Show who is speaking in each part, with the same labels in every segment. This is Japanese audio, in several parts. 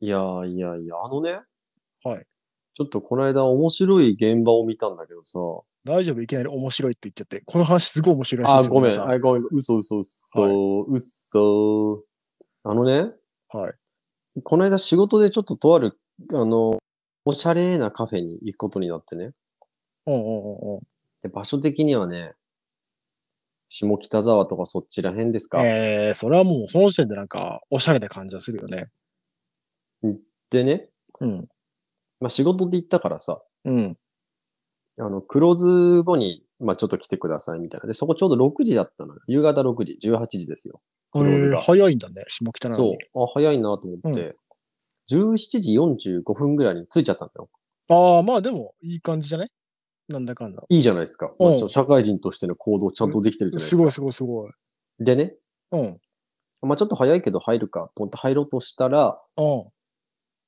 Speaker 1: いやーいやいや、あのね、
Speaker 2: はい。
Speaker 1: ちょっとこの間面白い現場を見たんだけどさ、
Speaker 2: 大丈夫いきなり面白いって言っちゃって。この話すごい面白い
Speaker 1: あ
Speaker 2: ら
Speaker 1: ー、
Speaker 2: しい
Speaker 1: ごめ
Speaker 2: で
Speaker 1: ん、
Speaker 2: すよ
Speaker 1: あごめん、嘘嘘嘘、嘘。あのね、
Speaker 2: 皆さんはい。
Speaker 1: この間仕事でちょっととある、あの、おしゃれなカフェに行くことになってね。
Speaker 2: うんうんうんうん。
Speaker 1: で場所的にはね、下北沢とかそっちら辺ですか、
Speaker 2: ええー、それはもうその時点でなんか、おしゃれな感じがするよね。
Speaker 1: でね、
Speaker 2: うん。
Speaker 1: まあ、仕事で行ったからさ、
Speaker 2: うん。
Speaker 1: あの、クローズ後に、まあ、ちょっと来てくださいみたいな。で、そこちょうど6時だったのよ。夕方6時、18時ですよ。
Speaker 2: え
Speaker 1: クローズ
Speaker 2: ー、
Speaker 1: が
Speaker 2: 早いんだね、下北なの
Speaker 1: そ
Speaker 2: に。
Speaker 1: う。あ、早いなと思って、17時45分ぐらいに着いちゃったんだよ。
Speaker 2: ああ、まあでも、いい感じじゃないなんだかんだ。
Speaker 1: いいじゃないですか。まあ
Speaker 2: うん
Speaker 1: ちょっと社会人としての行動ちゃんとできてるじゃないですすか。
Speaker 2: ごいすごいすごい。
Speaker 1: でね、
Speaker 2: うん。うん。
Speaker 1: まあ、ちょっと早いけど入るかと思って入ろうとしたら、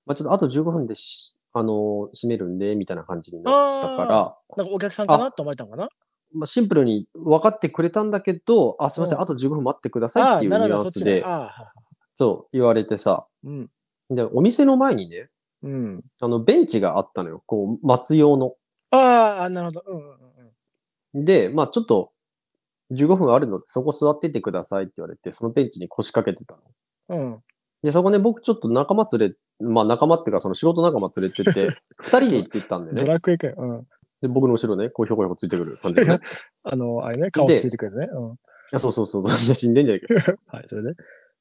Speaker 1: まあ、ちょっとあと15分でし、あのー閉めるんで、みたいな感じになっ
Speaker 2: あ
Speaker 1: た
Speaker 2: あ、
Speaker 1: から、
Speaker 2: なんかお客さんかなって思われたのかな
Speaker 1: まあ、シンプルに分かってくれたんだけど、あ、すいません、
Speaker 2: うん
Speaker 1: あと15分待ってください
Speaker 2: あ
Speaker 1: っ
Speaker 2: あ
Speaker 1: てい
Speaker 2: ー、
Speaker 1: うニ
Speaker 2: なるほ
Speaker 1: ュア
Speaker 2: ど、そ
Speaker 1: ンス
Speaker 2: っちね。
Speaker 1: で、
Speaker 2: ああ、
Speaker 1: そう、言われてさ、
Speaker 2: うん。
Speaker 1: で、お店の前にね、
Speaker 2: うん。
Speaker 1: あの、ベンチがあったのよ。こう、待つ用の。
Speaker 2: ああ、なるほど。うんうんうんうん。
Speaker 1: で、まあ、ちょっと、15分あるので、そこ座っててくださいって言われて、そのベンチに腰掛けてたの。
Speaker 2: うん。
Speaker 1: で、そこね、僕ちょっと仲間連れ、まあ仲間っていうか、その仕事仲間連れて て、二人で行って行ったんで
Speaker 2: ド
Speaker 1: ね。
Speaker 2: ラクエかよ。うん。
Speaker 1: で、僕の後ろね、こうひょこひょこついてくる感じで、 ね。
Speaker 2: あの、あれね、顔ついてくるやつね。うん。
Speaker 1: いや、そうそうそう、いや、死んでんじゃねえかよ。
Speaker 2: はい、それで。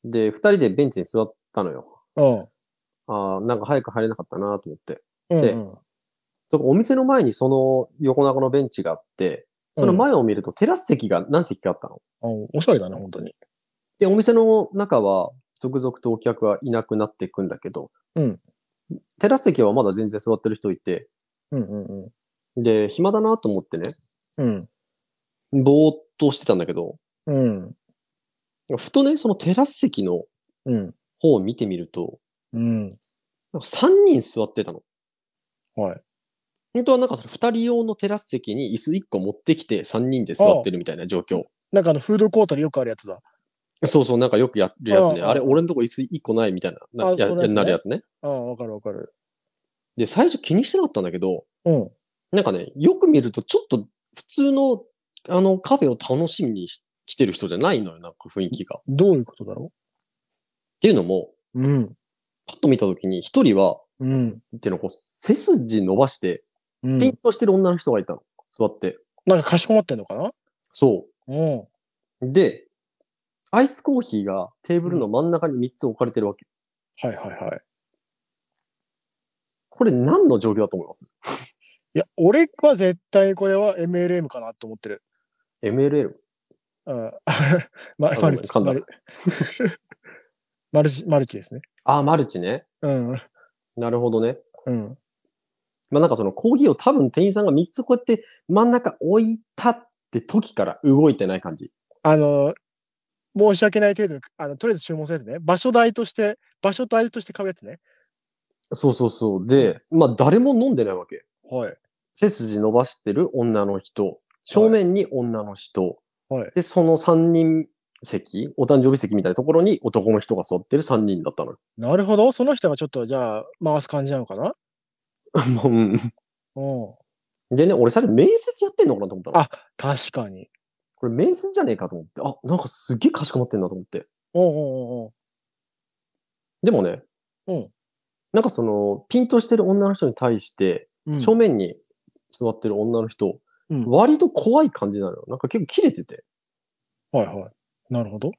Speaker 1: で、二人でベンチに座ったのよ。
Speaker 2: うん。
Speaker 1: ああ、なんか早く入れなかったなと思って。
Speaker 2: うん
Speaker 1: で
Speaker 2: うん。
Speaker 1: だからお店の前にその横長のベンチがあって、その前を見るとテラス席が何席かあったの。
Speaker 2: うん、あおしゃれだね、本当に。
Speaker 1: で、お店の中は続々とお客はいなくなっていくんだけど、
Speaker 2: うん
Speaker 1: テラス席はまだ全然座ってる人いて、
Speaker 2: うんうん
Speaker 1: で、暇だなと思ってね、
Speaker 2: うん。
Speaker 1: ぼーっとしてたんだけど、
Speaker 2: うん。うん。
Speaker 1: ふとね、そのテラス席の
Speaker 2: うん。
Speaker 1: 方を見てみると、
Speaker 2: う
Speaker 1: なん
Speaker 2: ん。
Speaker 1: か3人座ってたの。
Speaker 2: はい。
Speaker 1: 本当はなんかそれ2人用のテラス席に椅子1個持ってきて3人で座ってるみたいな状況。
Speaker 2: なんかあの、フードコートでよくあるやつだ。
Speaker 1: そうそう、なんかよくやるやつね。
Speaker 2: ああ
Speaker 1: あれ、俺のとこ椅子1個ないみたいな、な
Speaker 2: あ
Speaker 1: や
Speaker 2: それですね
Speaker 1: なるやつね。
Speaker 2: ああ、わかるわかる。
Speaker 1: で、最初気にしてなかったんだけど、
Speaker 2: うん。
Speaker 1: なんかね、よく見るとちょっと普通のあのカフェを楽しみにし来てる人じゃないのよ、なんか雰囲気が。っ
Speaker 2: どういうことだろ
Speaker 1: ていうのも、
Speaker 2: ううん。
Speaker 1: パッと見たときに一人は、
Speaker 2: うん。
Speaker 1: っていうのこう、背筋伸ばして、
Speaker 2: うん
Speaker 1: ピンとしてる女の人がいたの。座って。
Speaker 2: なんかかしこまってんのかな
Speaker 1: そ
Speaker 2: うん。
Speaker 1: う。で、アイスコーヒーがテーブルの真ん中に3つ置かれてるわけ。
Speaker 2: はいはいはい。
Speaker 1: これ何の状況だと思います
Speaker 2: いや、俺は絶対これは MLM かなと思ってる。
Speaker 1: ?MLL。
Speaker 2: うん。 ま、
Speaker 1: ご
Speaker 2: マ
Speaker 1: めん
Speaker 2: ルチ。
Speaker 1: 噛んだ
Speaker 2: マル マルチ、マルチですね。
Speaker 1: あー、マルチね。
Speaker 2: うん。
Speaker 1: なるほどね。
Speaker 2: うん。
Speaker 1: まあなんかそのコーヒーを多分店員さんが3つこうやって真ん中置いたって時から動いてない感じ。
Speaker 2: あの、申し訳ない程度に、あの、とりあえず注文するやつね。場所代として、場所代として買うやつね。
Speaker 1: そうそうそう。で、まあ誰も飲んでないわけ。
Speaker 2: はい。
Speaker 1: 背筋伸ばしてる女の人。正面に女の人。
Speaker 2: はい。
Speaker 1: で、その3人席、お誕生日席みたいなところに男の人が座ってる3人だった のよ。
Speaker 2: なるほど。その人がちょっと、じゃあ、回す感じなのかな
Speaker 1: もううん
Speaker 2: うん。
Speaker 1: でね、俺最初面接やってんのかなと思ったの。
Speaker 2: あ確かに。
Speaker 1: これ面接じゃねえかと思って。あ、なんかすっげえかしこまってんなと思って。
Speaker 2: うんうん
Speaker 1: でもね、
Speaker 2: うんうん。
Speaker 1: なんかその、ピンとしてる女の人に対して、
Speaker 2: うん。うん
Speaker 1: 正面に座ってる女の人、
Speaker 2: うん
Speaker 1: 割と怖い感じなのよ。なんか結構切れてて。
Speaker 2: はいはい。なるほど。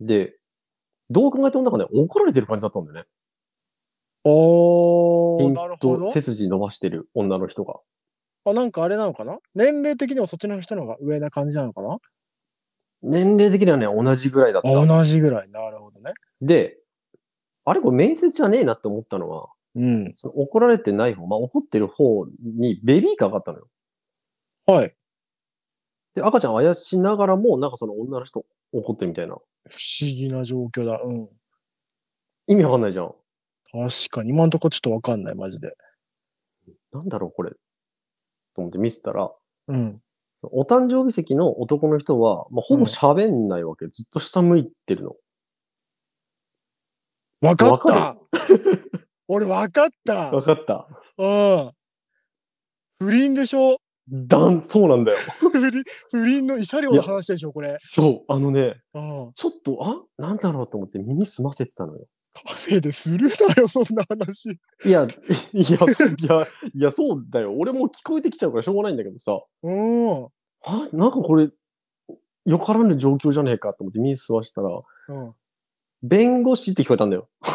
Speaker 1: で、どう考えてもなんかね、怒られてる感じだったんだよね。
Speaker 2: お
Speaker 1: ピ
Speaker 2: ー、
Speaker 1: ン
Speaker 2: なるほど
Speaker 1: と。背筋伸ばしてる女の人が。
Speaker 2: あ、なんかあれなのかな年齢的にもそっちの人の方が上な感じなのかな
Speaker 1: 年齢的にはね、同じぐらいだっ
Speaker 2: あ
Speaker 1: た。
Speaker 2: 同じぐらい。なるほどね。
Speaker 1: で、あれこれ面接じゃねえなって思ったのは、
Speaker 2: うん。
Speaker 1: その怒られてない方、まあ怒ってる方にベビーカーがあったのよ。
Speaker 2: はい。
Speaker 1: で、赤ちゃん怪しながらも、なんかその女の人怒ってるみたいな。
Speaker 2: 不思議な状況だ。うん。
Speaker 1: 意味わかんないじゃん。
Speaker 2: 確かに。今んとこちょっとわかんない、マジで。
Speaker 1: なんだろうこれ。と思って見せたら、
Speaker 2: うん。
Speaker 1: お誕生日席の男の人は、まあ、ほぼ喋んないわけ。ずっと下向いてるの。
Speaker 2: わかった。俺わかった。
Speaker 1: わかった。
Speaker 2: うん。不倫でしょ
Speaker 1: だん、そうなんだよ。
Speaker 2: 不倫、不倫の慰謝料の話でしょこれ。
Speaker 1: そう、あのね、
Speaker 2: うん。
Speaker 1: ちょっと、あなんだろうと思って耳澄ませてたのよ。
Speaker 2: カフェでするなよ、そんな話。
Speaker 1: いや、い や、そういや、いや、そうだよ。俺もう聞こえてきちゃうからしょうがないんだけどさ、
Speaker 2: うん。
Speaker 1: あなんかこれ、よからぬ状況じゃねえかと思って耳澄ましたら、
Speaker 2: うん。
Speaker 1: 弁護士って聞こえたんだよ。
Speaker 2: う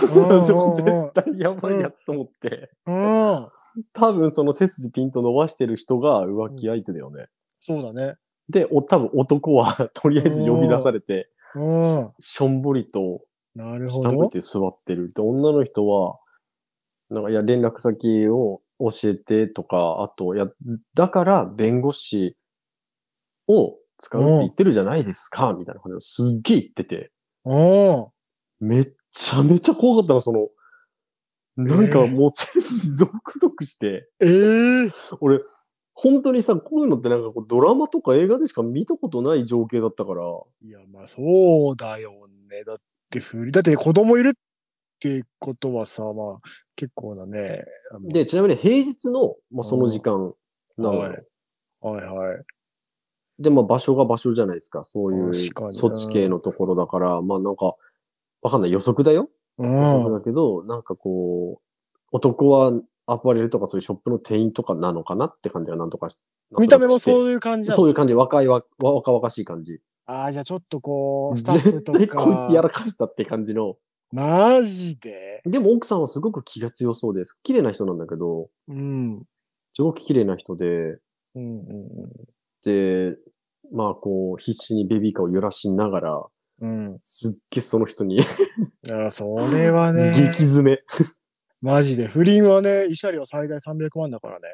Speaker 2: ん
Speaker 1: 絶対やばいやつと思って。
Speaker 2: うんうん。
Speaker 1: 多分その背筋ピンと伸ばしてる人が浮気相手だよね。
Speaker 2: そうだね。
Speaker 1: で、お多分男は とりあえず呼び出されて、
Speaker 2: うん。
Speaker 1: しょんぼりと
Speaker 2: なるほ
Speaker 1: 下向い
Speaker 2: ど。
Speaker 1: て座ってる。で、女の人は、なんか、いや、連絡先を教えてとか、あと、いや、だから弁護士を使うって言ってるじゃないですか、みたいな感じですっげえ言ってて、
Speaker 2: うん。
Speaker 1: めっちゃめちゃ怖かったの、その、なんかもう背筋ゾクゾクして、
Speaker 2: ええ
Speaker 1: 俺、本当にさ、こういうのってなんかこうドラマとか映画でしか見たことない情景だったから、
Speaker 2: いや、まあそうだよね。だって不倫、だって子供いるってことはさ、まあ結構なね。あの
Speaker 1: で、ちなみに平日の、まあ、その時間なのよ。
Speaker 2: はいはいはい。
Speaker 1: で、まあ場所が場所じゃないですか。そういう
Speaker 2: 確かにな
Speaker 1: 措置系のところだから、まあなんか、わかんない。予測だよ。
Speaker 2: う
Speaker 1: 予測
Speaker 2: ん。
Speaker 1: だけど、なんかこう、男はアパレルとかそういうショップの店員とかなのかなって感じがなんとかし、
Speaker 2: 見た目もそう
Speaker 1: う
Speaker 2: いう感じだ
Speaker 1: そういう感じ。若いわ、若々しい感じ。
Speaker 2: ああ、じゃあちょっとこう、スタッフ
Speaker 1: 絶
Speaker 2: とか。
Speaker 1: 対 こいつやらかしたって感じの。
Speaker 2: マジで
Speaker 1: でも奥さんはすごく気が強そうです。綺麗な人なんだけど、
Speaker 2: うん。
Speaker 1: すごく綺麗な人で、
Speaker 2: うんうん
Speaker 1: で、まあこう、必死にベビーカーを揺らしながら、
Speaker 2: うん。うん。
Speaker 1: すっげえその人に
Speaker 2: いや、それはね、
Speaker 1: 激詰め。
Speaker 2: マジで。不倫はね、慰謝料最大300万だからね。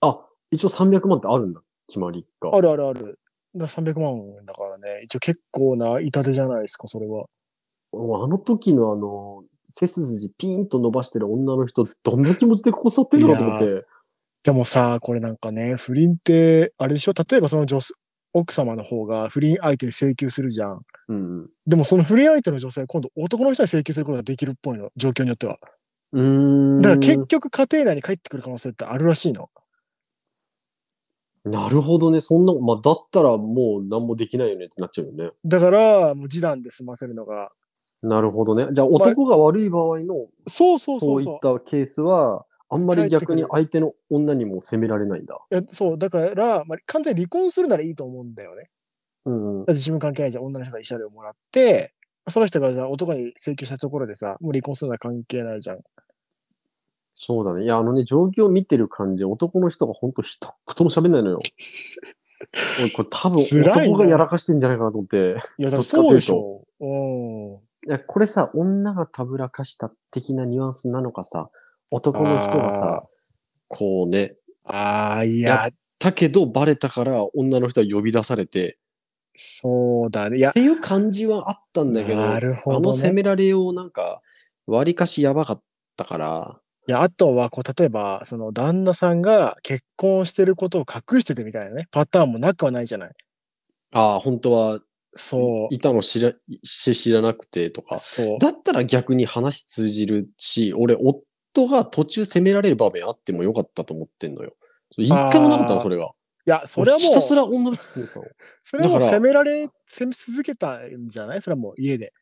Speaker 1: あ、一応300万ってあるんだ。決まりが。
Speaker 2: あるあるある。だ300万だからね。一応結構な痛手じゃないですか、それは。
Speaker 1: もうあの時のあの、背筋ピーンと伸ばしてる女の人、どんな気持ちでここ座ってるのかと思って。
Speaker 2: いでもさ、これなんかね、不倫って、あれでしょ例えばその女す、奥様の方が不倫相手に請求するじゃん。
Speaker 1: うん
Speaker 2: でもその不倫相手の女性は今度男の人に請求することができるっぽいの、状況によっては。
Speaker 1: うん。うーん。
Speaker 2: だから結局家庭内に帰ってくる可能性ってあるらしいの。
Speaker 1: なるほどね。そんな、まあ、だったらもう何もできないよねってなっちゃうよね。
Speaker 2: だから、もう示談で済ませるのが。
Speaker 1: なるほどね。じゃあ男が悪い場合の、
Speaker 2: そうそうそ
Speaker 1: そううい
Speaker 2: そう
Speaker 1: っ。たケースは、あんまり逆に
Speaker 2: 帰ってくる
Speaker 1: 相手の女にも責められないんだ。
Speaker 2: いやそう、だから、まあ、完全に離婚するならいいと思うんだよね。
Speaker 1: うんうん。
Speaker 2: だって自分関係ないじゃん、女の人が慰謝料もらって、その人がじゃあ男に請求したところでさ、もう離婚するなら関係ないじゃん。
Speaker 1: そうだね。いや、あのね、状況を見てる感じ、男の人がほんと一言も喋んないの よ。俺、これ多分
Speaker 2: 辛いな
Speaker 1: 男がやらかしてんじゃないかなと思って。
Speaker 2: いや、だ
Speaker 1: どっ
Speaker 2: から
Speaker 1: ちかという
Speaker 2: そ
Speaker 1: と
Speaker 2: うでしょ。うん。
Speaker 1: いや、これさ、女がたぶらかした的なニュアンスなのかさ、男の人がさ、こうね、
Speaker 2: ああ、い
Speaker 1: や
Speaker 2: や、
Speaker 1: だけどバレたから女の人は呼び出されて、
Speaker 2: そうだね。いや
Speaker 1: っ、ていう感じはあったんだけど、
Speaker 2: なるほどね
Speaker 1: あの責められようなんか、割かしやばかったから、
Speaker 2: いやあとは、こう、例えば、その旦那さんが結婚してることを隠しててみたいなね、パターンもなくはないじゃない。
Speaker 1: ああ、本当は
Speaker 2: そう。
Speaker 1: いたの知ら、し知らなくてとか、
Speaker 2: そう。
Speaker 1: だったら逆に話通じるし、俺、夫が途中責められる場面あってもよかったと思ってんのよ。そう一回もなかった
Speaker 2: あ
Speaker 1: の、
Speaker 2: ー
Speaker 1: それが。
Speaker 2: いや、それはもう、
Speaker 1: ひたすら女の人責めてた
Speaker 2: それはも
Speaker 1: だ
Speaker 2: う
Speaker 1: から
Speaker 2: 責められ、責め続けたんじゃないそれはもう家で。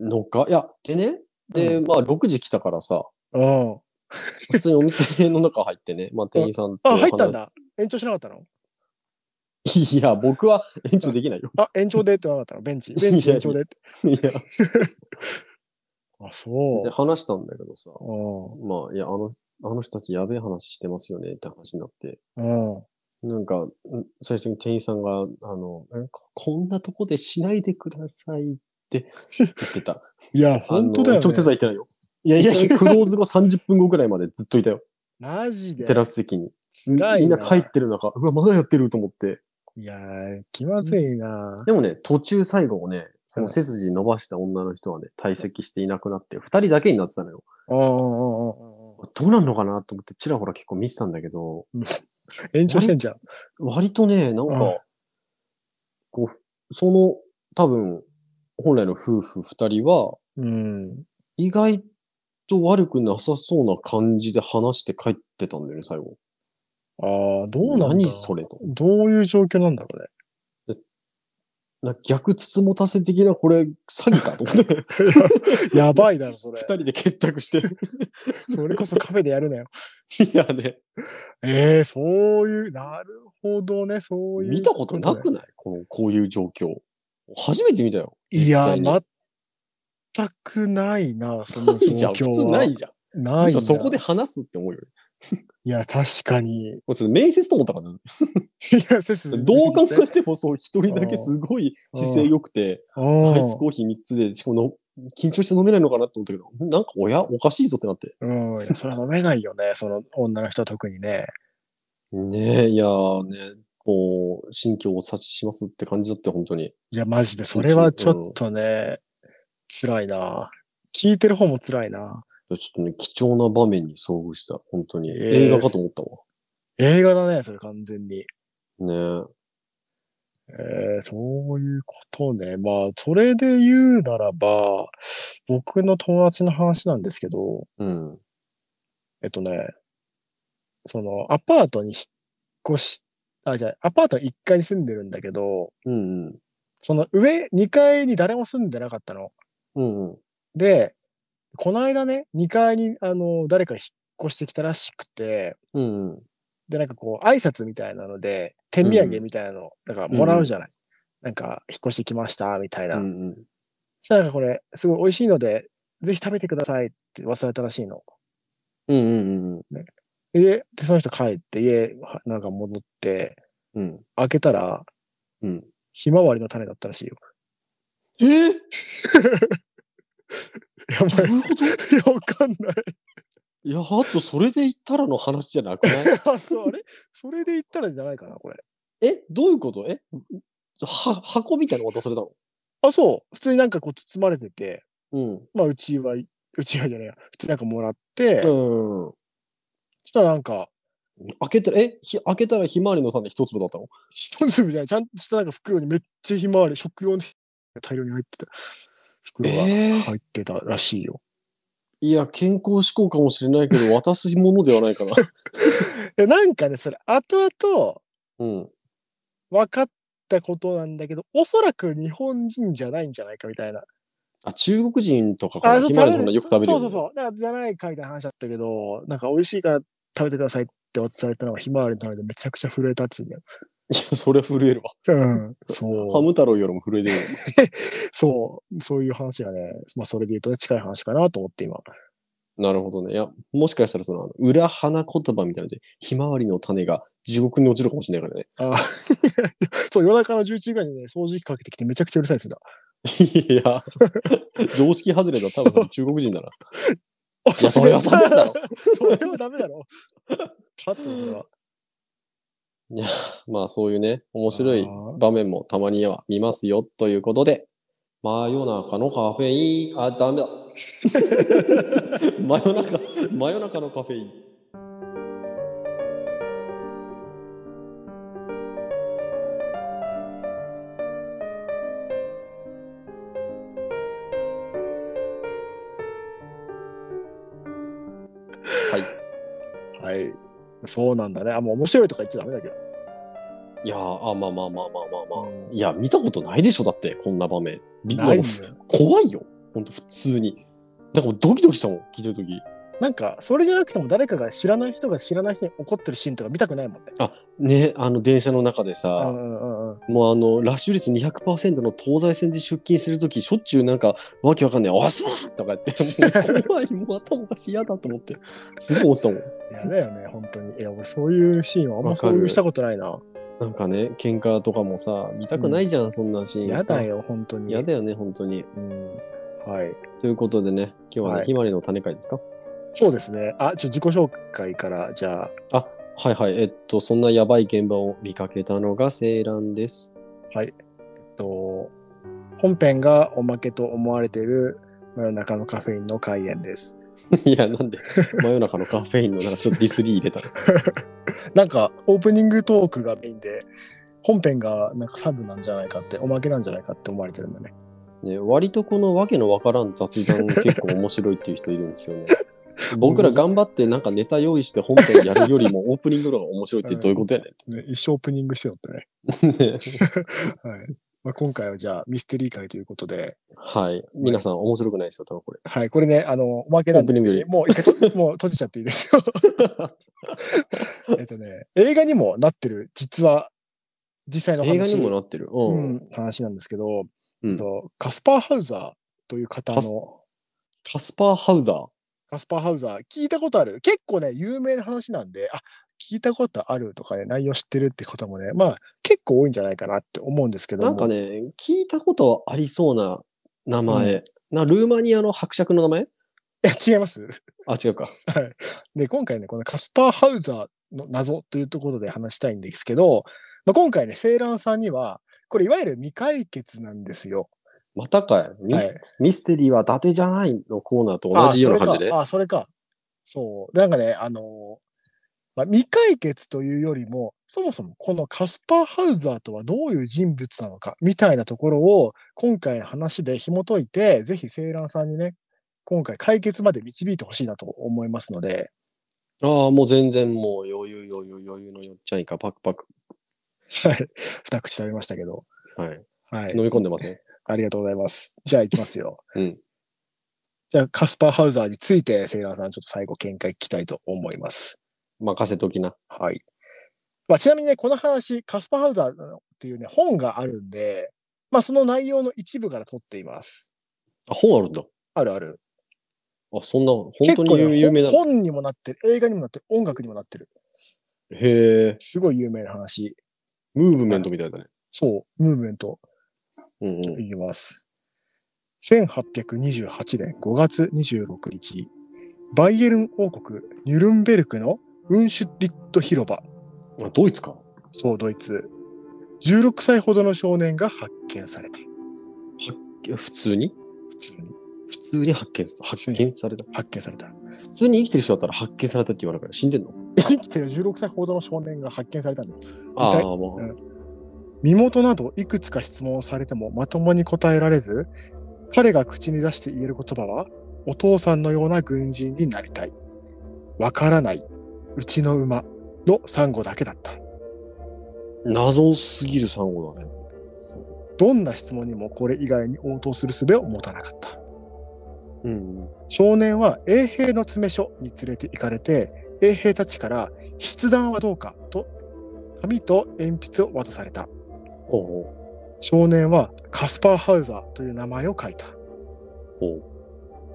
Speaker 1: の。のかいや、でね、で、
Speaker 2: う
Speaker 1: まあ、6時来たからさ、
Speaker 2: うん。
Speaker 1: 普通にお店の中入ってね、まあ、店員さんと。
Speaker 2: あ、入ったん。だ。延長しなかったの
Speaker 1: いや、僕は延長できない よ。
Speaker 2: あ、延長でってなかったのベンチ。ベンチ延長でって。
Speaker 1: いや、
Speaker 2: あ、そ
Speaker 1: で、
Speaker 2: う。
Speaker 1: 話したんだけどさ、
Speaker 2: う
Speaker 1: まあ、いや、あの、あの人たちやべえ話してますよねって話になって。
Speaker 2: ん。うん。
Speaker 1: なんか、ん最初に店員さんが、あの、なんかこんなとこでしないでくださいって 言ってた。
Speaker 2: いや、本当だよ、
Speaker 1: あの直接は行
Speaker 2: ね。
Speaker 1: ってないよ。
Speaker 2: いやい
Speaker 1: い
Speaker 2: や
Speaker 1: や、クローズ後30分後くらいまでずっといたよ。
Speaker 2: マジで
Speaker 1: テ。ラス席に。
Speaker 2: 辛
Speaker 1: み
Speaker 2: い
Speaker 1: ん
Speaker 2: な。
Speaker 1: な帰ってる中、うわ、まだやってると思って。
Speaker 2: いやー、気まずいな。
Speaker 1: でもね、途中最後をね、その
Speaker 2: うん
Speaker 1: 背筋伸ばした女の人はね、退席していなくなって、二人だけになってたのよ。
Speaker 2: うんうんうんうんうん
Speaker 1: どうなんのかなと思って、ちらほら結構見てたんだけど、
Speaker 2: 延長してんじゃん。
Speaker 1: 割とね、なん
Speaker 2: う
Speaker 1: か、こう、その、多分、本来の夫婦二人は、
Speaker 2: うん。
Speaker 1: 意外と悪くなさそうな感じで話して帰ってたんだよね、最後。
Speaker 2: ああ、どうなんだ
Speaker 1: 何それと。
Speaker 2: どういう状況なんだろうね。
Speaker 1: な逆つつもたせ的な、これ、詐欺かと思って。
Speaker 2: やばいだろ、そ
Speaker 1: 二人
Speaker 2: れ。
Speaker 1: で結託して。
Speaker 2: それこそカフェでやるなよ。
Speaker 1: いやね、
Speaker 2: ええそういう、なるほどね、そういう。
Speaker 1: 見たことなくないこの、こういう状況。初めて見たよ。
Speaker 2: いや、
Speaker 1: 実際に
Speaker 2: 全くないな、その
Speaker 1: ないじ
Speaker 2: 状
Speaker 1: ゃん。普
Speaker 2: 況
Speaker 1: 通
Speaker 2: は。
Speaker 1: ないじゃん。
Speaker 2: ない
Speaker 1: む
Speaker 2: な
Speaker 1: しろそこで。話すって思うよね。
Speaker 2: いや、確かに。い
Speaker 1: もうちょっと面接と思ったからね。
Speaker 2: や、せす
Speaker 1: どう考えてもそう、一人だけすごい姿勢良くて、アイスコーヒー3つで、しかもの緊張して飲めないのかなと思ったけど、なんか親おかしいぞってなって。
Speaker 2: うん、いやそれは飲めないよね、その女の人は特にね。
Speaker 1: ねえ、いやーね、こう、心境を察ししますって感じだって、本当に。
Speaker 2: いや、マジで、それはちょっとね、辛いな。聞いてる方も辛いな。
Speaker 1: ちょっとね、貴重な場面に遭遇した。本当に。
Speaker 2: えー
Speaker 1: 映画かと思った
Speaker 2: 映画だね、それ完全に。
Speaker 1: わ。ね
Speaker 2: えーそういうことね。まあ、それで言うならば、僕の友達の話なんですけど、
Speaker 1: え。うん。
Speaker 2: えっとね、その、アパートに引っ越し、あ、じゃあアパート1階に住んでるんだけど、
Speaker 1: うんうん。
Speaker 2: その上2階に誰も住んでなかったの。
Speaker 1: うんうん。
Speaker 2: で、この間ね、2階に、あの、誰か引っ越してきたらしくて、
Speaker 1: うんうん。
Speaker 2: で、なんかこう、挨拶みたいなので、手土産みたいなの、なんかもらうじゃない。なんか、引っ越してきました、みたいな。
Speaker 1: うんうん。
Speaker 2: そしたらなんかこれ、すごい美味しいので、ぜひ食べてくださいって忘れたらしいの。
Speaker 1: うんうんうん
Speaker 2: で、でその人帰って、家、はなんか戻って、
Speaker 1: うん。うん。
Speaker 2: 開けたら、
Speaker 1: うん。
Speaker 2: ひまわりの種だったらしいよ。
Speaker 1: えー、
Speaker 2: やばい。
Speaker 1: どういうこと
Speaker 2: いや、わかんない。
Speaker 1: いや、あと、それで言ったらの話じゃなくない
Speaker 2: あ、そう、あれそれで言ったらじゃないかな、これ。
Speaker 1: え、どういうことえ、は、箱みたいなの渡されたの
Speaker 2: あ、そう。普通になんかこう包まれてて、
Speaker 1: うん。
Speaker 2: まあ、うちは、うちはじゃないや、普通になんかもらって、
Speaker 1: う
Speaker 2: そ
Speaker 1: んうん
Speaker 2: したらなんか、
Speaker 1: うん。開けたら、え、ひ開けたらひまわりの種一粒だったの
Speaker 2: 一粒じゃない、ちゃんとしたなんか袋にめっちゃひまわり、食用の大量に入ってた。袋が
Speaker 1: えー
Speaker 2: 入ってたらしいよ。
Speaker 1: いや、健康志向かもしれないけ ど、渡すものではないかな。
Speaker 2: え、なんかね、それ、後々
Speaker 1: うん。
Speaker 2: 分かったことなんだけど、おそらく日本人じゃないんじゃないかみたいな。
Speaker 1: あ、中国人とかかな。
Speaker 2: そう
Speaker 1: ひまわりの種よく食べる
Speaker 2: そ
Speaker 1: よ、
Speaker 2: う
Speaker 1: ね。
Speaker 2: そうそう。だからじゃないかみたいな話だったけど、なんか美味しいから食べてくださいって渡されたのがひまわりなのでめちゃくちゃ震えたっつうんだよ。
Speaker 1: いや、それは震えるわ。
Speaker 2: うん。
Speaker 1: ハ
Speaker 2: そう。
Speaker 1: ム太郎よりも震えてるよ。
Speaker 2: そう。そういう話がね、まあそれで言うとね、近い話かなと思って今。
Speaker 1: なるほどね。いや、もしかしたらその、あの裏花言葉みたいなので、ひまわりの種が地獄に落ちるかもしれないから ね。
Speaker 2: あ そう、夜中の11時ぐらいにね、掃除機かけてきてめちゃくちゃうるさいですだ。
Speaker 1: いや、常識外れだ。多分中国人だな。
Speaker 2: あ、
Speaker 1: いや、それは差別だろ。
Speaker 2: それはダメだろ。カットだそれは。
Speaker 1: いや、まあそういうね、面白い
Speaker 2: あー
Speaker 1: 場面もたまには見ますよ、ということで。真夜中のカフェイン、あ、ダメだ。 真夜中、真夜中のカフェイン。はい。
Speaker 2: はい。そうなんだね。あ、もう面白いとか言っちゃダメだけど。
Speaker 1: いやーあ、まあまあまあまあまあまあ。
Speaker 2: うん
Speaker 1: いや、見たことないでしょ、だって、こんな場面。び
Speaker 2: ない
Speaker 1: な
Speaker 2: よ
Speaker 1: んか。怖いよ、ほんと、普通に。なんかもうドキドキしたもん、聞いてるとき。
Speaker 2: なんか、それじゃなくても誰かが知らない人が知らない人に怒ってるシーンとか見たくないもんね。
Speaker 1: ね、あの、電車の中で
Speaker 2: う
Speaker 1: さ、
Speaker 2: んうんうん。
Speaker 1: もうあの、ラッシュ率200%の東西線で出勤するとき、しょっちゅうなんか、わけわかんない、おっすーとかやって、 もう怖い、もう頭おかしい、嫌だと思って、すごい思ってたもん。
Speaker 2: いやだよね、本当に。いや、俺そういうシーンはあんま
Speaker 1: わかる
Speaker 2: そういうしたことないな。
Speaker 1: なんかね、喧嘩とかもさ、見たくないじゃん、そんなシーン。
Speaker 2: やだ
Speaker 1: よ。
Speaker 2: よ、本当に。
Speaker 1: 嫌だよね、本当に。
Speaker 2: うん。はい。
Speaker 1: ということでね、今日はね、
Speaker 2: はい
Speaker 1: ひまわりの種会ですか
Speaker 2: そうですね。あ、ちょ、自己紹介から、じゃあ。
Speaker 1: あ、はいはい。えっと、そんなやばい現場を見かけたのがセイランです。
Speaker 2: えっと、本編がおまけと思われている真夜中のカフェインの開演です。
Speaker 1: いや、なんで、真夜中のカフェインのなんかちょっとディスリー入れたの。
Speaker 2: なんか、オープニングトークがメインで、本編がなんかサブなんじゃないかって、おまけなんじゃないかって思われてるんだね。
Speaker 1: ね、割とこのわけのわからん雑談結構面白いっていう人いるんですよね。 僕ら頑張ってなんかネタ用意して本編やるよりもオープニングの方が面白いってどういうことやねんって
Speaker 2: ね、一生オープニングしてよってね。
Speaker 1: ね。
Speaker 2: はい。まあ、今回はじゃあミステリー会ということで、
Speaker 1: はい。皆さん面白くないですよ、多分これ。
Speaker 2: はい、これね、あの、おまけなん
Speaker 1: オープ
Speaker 2: で、
Speaker 1: ニングより
Speaker 2: もう一回、もう閉じちゃっていいですよ。 えっとね、映画にもなってる、実は、実際の話
Speaker 1: 映画にもなってる。う。
Speaker 2: うんん、話なんですけど、
Speaker 1: うん
Speaker 2: とカスパーハウザーという方
Speaker 1: カス
Speaker 2: の、
Speaker 1: カスパー・ハウザー。
Speaker 2: カスパーハウザー、聞いたことある。結構ね、有名な話なんで、あ、聞いたことあるとかね、内容知ってるって方もね、まあ、結構多いんじゃないかなって思うんですけども。
Speaker 1: なん かね、聞いたことはありそうな名前。なルーマニアの伯爵の名前
Speaker 2: いや、違います。
Speaker 1: あ、違うか。
Speaker 2: で、今回ね、このカスパーハウザーの謎というところで話したいんですけど、まあ、今回ね、セイランさんには、これいわゆる未解決なんですよ。
Speaker 1: またかい。ミ,、
Speaker 2: はい。
Speaker 1: ミステリーは伊達じゃないのコーナーと同じような感じで。
Speaker 2: あそれか。あそれか。そう。なんかね、あのーまあ、未解決というよりも、そもそもこのカスパー・ハウザーとはどういう人物なのか、みたいなところを、今回の話で紐解いて、ぜひセイランさんにね、今回解決まで導いてほしいなと思いますので、
Speaker 1: ああ、もう全然もう余裕余裕余裕のよっちゃんいか、パクパク。
Speaker 2: はい。二口食べましたけど。
Speaker 1: はい。
Speaker 2: はい。
Speaker 1: 飲み込んでません。
Speaker 2: ありがとうございます。じゃあ行きますよ。
Speaker 1: うん。
Speaker 2: じゃあカスパーハウザーについて、セイランさんちょっと最後見解聞きたいと思います。
Speaker 1: 任せときな。
Speaker 2: はい。まあ、ちなみにね、この話、カスパーハウザーっていうね、本があるんで、まあその内容の一部から取っています。
Speaker 1: あ、本あるんだ。
Speaker 2: あるある。
Speaker 1: あ、そんな、本当に
Speaker 2: 結構ね
Speaker 1: 有名なの。
Speaker 2: 本にもなってる、映画にもなってる、音楽にもなってる。
Speaker 1: へえ、
Speaker 2: すごい有名な話。
Speaker 1: ムーブメントみたいだね。
Speaker 2: そう、ムーブメント。
Speaker 1: うんうん。
Speaker 2: いきます。1828年5月26日、バイエルン王国ニュルンベルクのウンシュリット広場、
Speaker 1: あドイツか。
Speaker 2: そうドイツ、16歳ほどの少年が発見された。
Speaker 1: いや普通に
Speaker 2: 普通に
Speaker 1: 普通に発見さ発見された。
Speaker 2: 発見された。
Speaker 1: 普通に生きてる人だったら発見されたって言われるから死んでんの
Speaker 2: 生きてる16歳ほどの少年が発見されたんだ。
Speaker 1: あ
Speaker 2: 痛
Speaker 1: あ、
Speaker 2: い
Speaker 1: も
Speaker 2: うん
Speaker 1: う。
Speaker 2: 身元などいくつか質問をされてもまともに答えられず、彼が口に出して言える言葉は、お父さんのような軍人になりたい。わからない。うちの馬の3語だけだった。
Speaker 1: 謎すぎる産後だね。
Speaker 2: どんな質問にもこれ以外に応答する術を持たなかった。
Speaker 1: うんうん。
Speaker 2: 少年は衛兵の詰め所に連れて行かれて、衛兵たちから筆談はどうかと紙と鉛筆を渡された。
Speaker 1: おうおう
Speaker 2: 少年はカスパーハウザーという名前を書いた。
Speaker 1: おう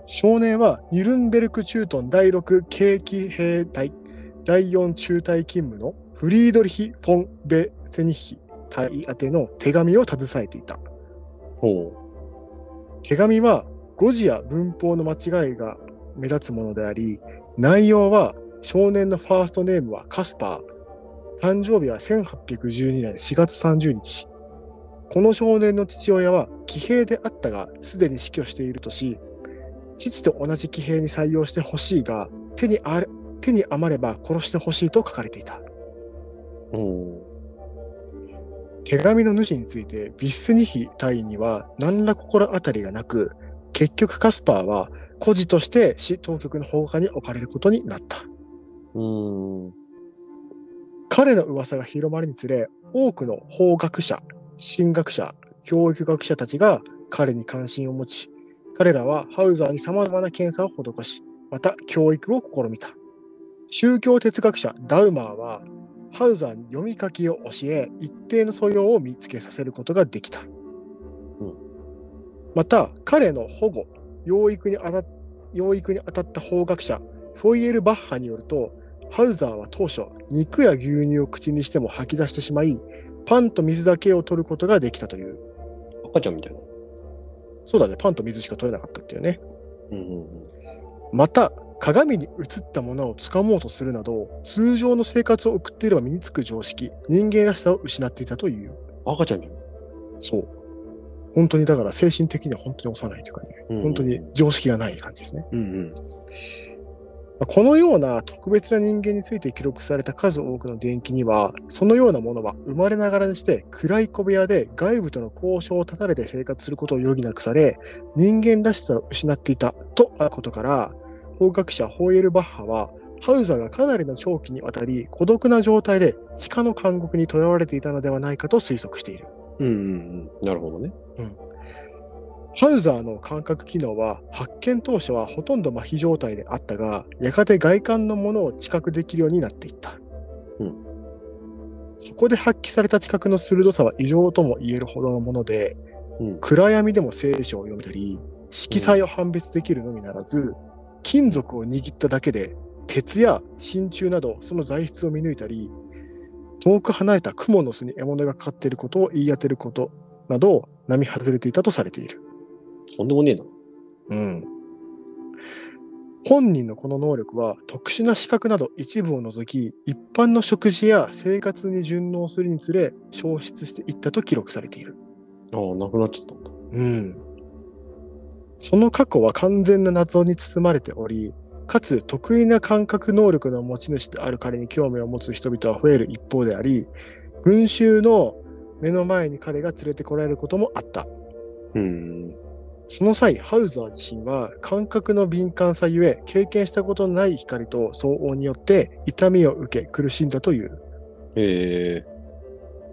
Speaker 2: 少年はニュルンベルク駐屯第6軽騎兵隊第4中隊勤務のフリードリヒ・フォン・ベ・セニッヒ隊宛ての手紙を携えていた。
Speaker 1: おう
Speaker 2: 手紙は誤字や文法の間違いが目立つものであり、内容は少年のファーストネームはカスパー。誕生日は1812年4月30日。この少年の父親は騎兵であったが、すでに死去しているとし、父と同じ騎兵に採用してほしいが、手にあれ手に余れば殺してほしいと書かれていた。
Speaker 1: うん。
Speaker 2: 手紙の主についてビッスニヒ隊員には何ら心当たりがなく結局カスパーは孤児として市当局の保護下に置かれることになった
Speaker 1: うん。
Speaker 2: 彼の噂が広まるにつれ多くの法学者神学者教育学者たちが彼に関心を持ち彼らはハウザーに様々な検査を施しまた教育を試みた宗教哲学者ダウマーはハウザーに読み書きを教え一定の素養を見つけさせることができた、
Speaker 1: うん
Speaker 2: また彼の保護養育にあた養育に当たった法学者フォイエル・バッハによるとハウザーは当初肉や牛乳を口にしても吐き出してしまいパンと水だけを取ることができたという
Speaker 1: 赤ちゃんみたいな。
Speaker 2: そうだねパンと水しか取れなかったっていうね
Speaker 1: うんうんうん。
Speaker 2: また鏡に映ったものを掴もうとするなど通常の生活を送っていれば身につく常識人間らしさを失っていたという
Speaker 1: 赤ちゃんみたい
Speaker 2: そう本当にだから精神的には本当に幼いというかね
Speaker 1: な。
Speaker 2: 本当に常識がない感じですね
Speaker 1: うんうん。
Speaker 2: まあこのような特別な人間について記録された数多くの伝記には、そのようなものは生まれながらにして暗い小部屋で外部との交渉を断たれて生活することを余儀なくされ、人間らしさを失っていたとあることから、法学者ホイエルバッハは、ハウザーがかなりの長期にわたり孤独な状態で地下の監獄に囚われていたのではないかと推測している。
Speaker 1: うんうんうん。なるほどね。
Speaker 2: ハウザーの感覚機能は発見当初はほとんど麻痺状態であったが、やがて外観のものを知覚できるようになっていった。
Speaker 1: うん
Speaker 2: そこで発揮された知覚の鋭さは異常とも言えるほどのもので、
Speaker 1: うん
Speaker 2: 暗闇でも聖書を読みたり、色彩を判別できるのみならず、金属を握っただけで、鉄や真鍮などその材質を見抜いたり、遠く離れた雲の巣に獲物がかかっていることを言い当てることなど、並外れていたとされている。
Speaker 1: とんでもねえな。
Speaker 2: うん。本人のこの能力は特殊な資格など一部を除き一般の食事や生活に順応するにつれ消失していったと記録されている。
Speaker 1: ああ、なくなっちゃったんだ。
Speaker 2: うん。その過去は完全な謎に包まれており、かつ得意な感覚能力の持ち主である彼に興味を持つ人々は増える一方であり、群衆の目の前に彼が連れてこられることもあった。
Speaker 1: うん。
Speaker 2: その際、ハウザー自身は感覚の敏感さゆえ、経験したことのない光と騒音によって痛みを受け苦しんだという。
Speaker 1: ええ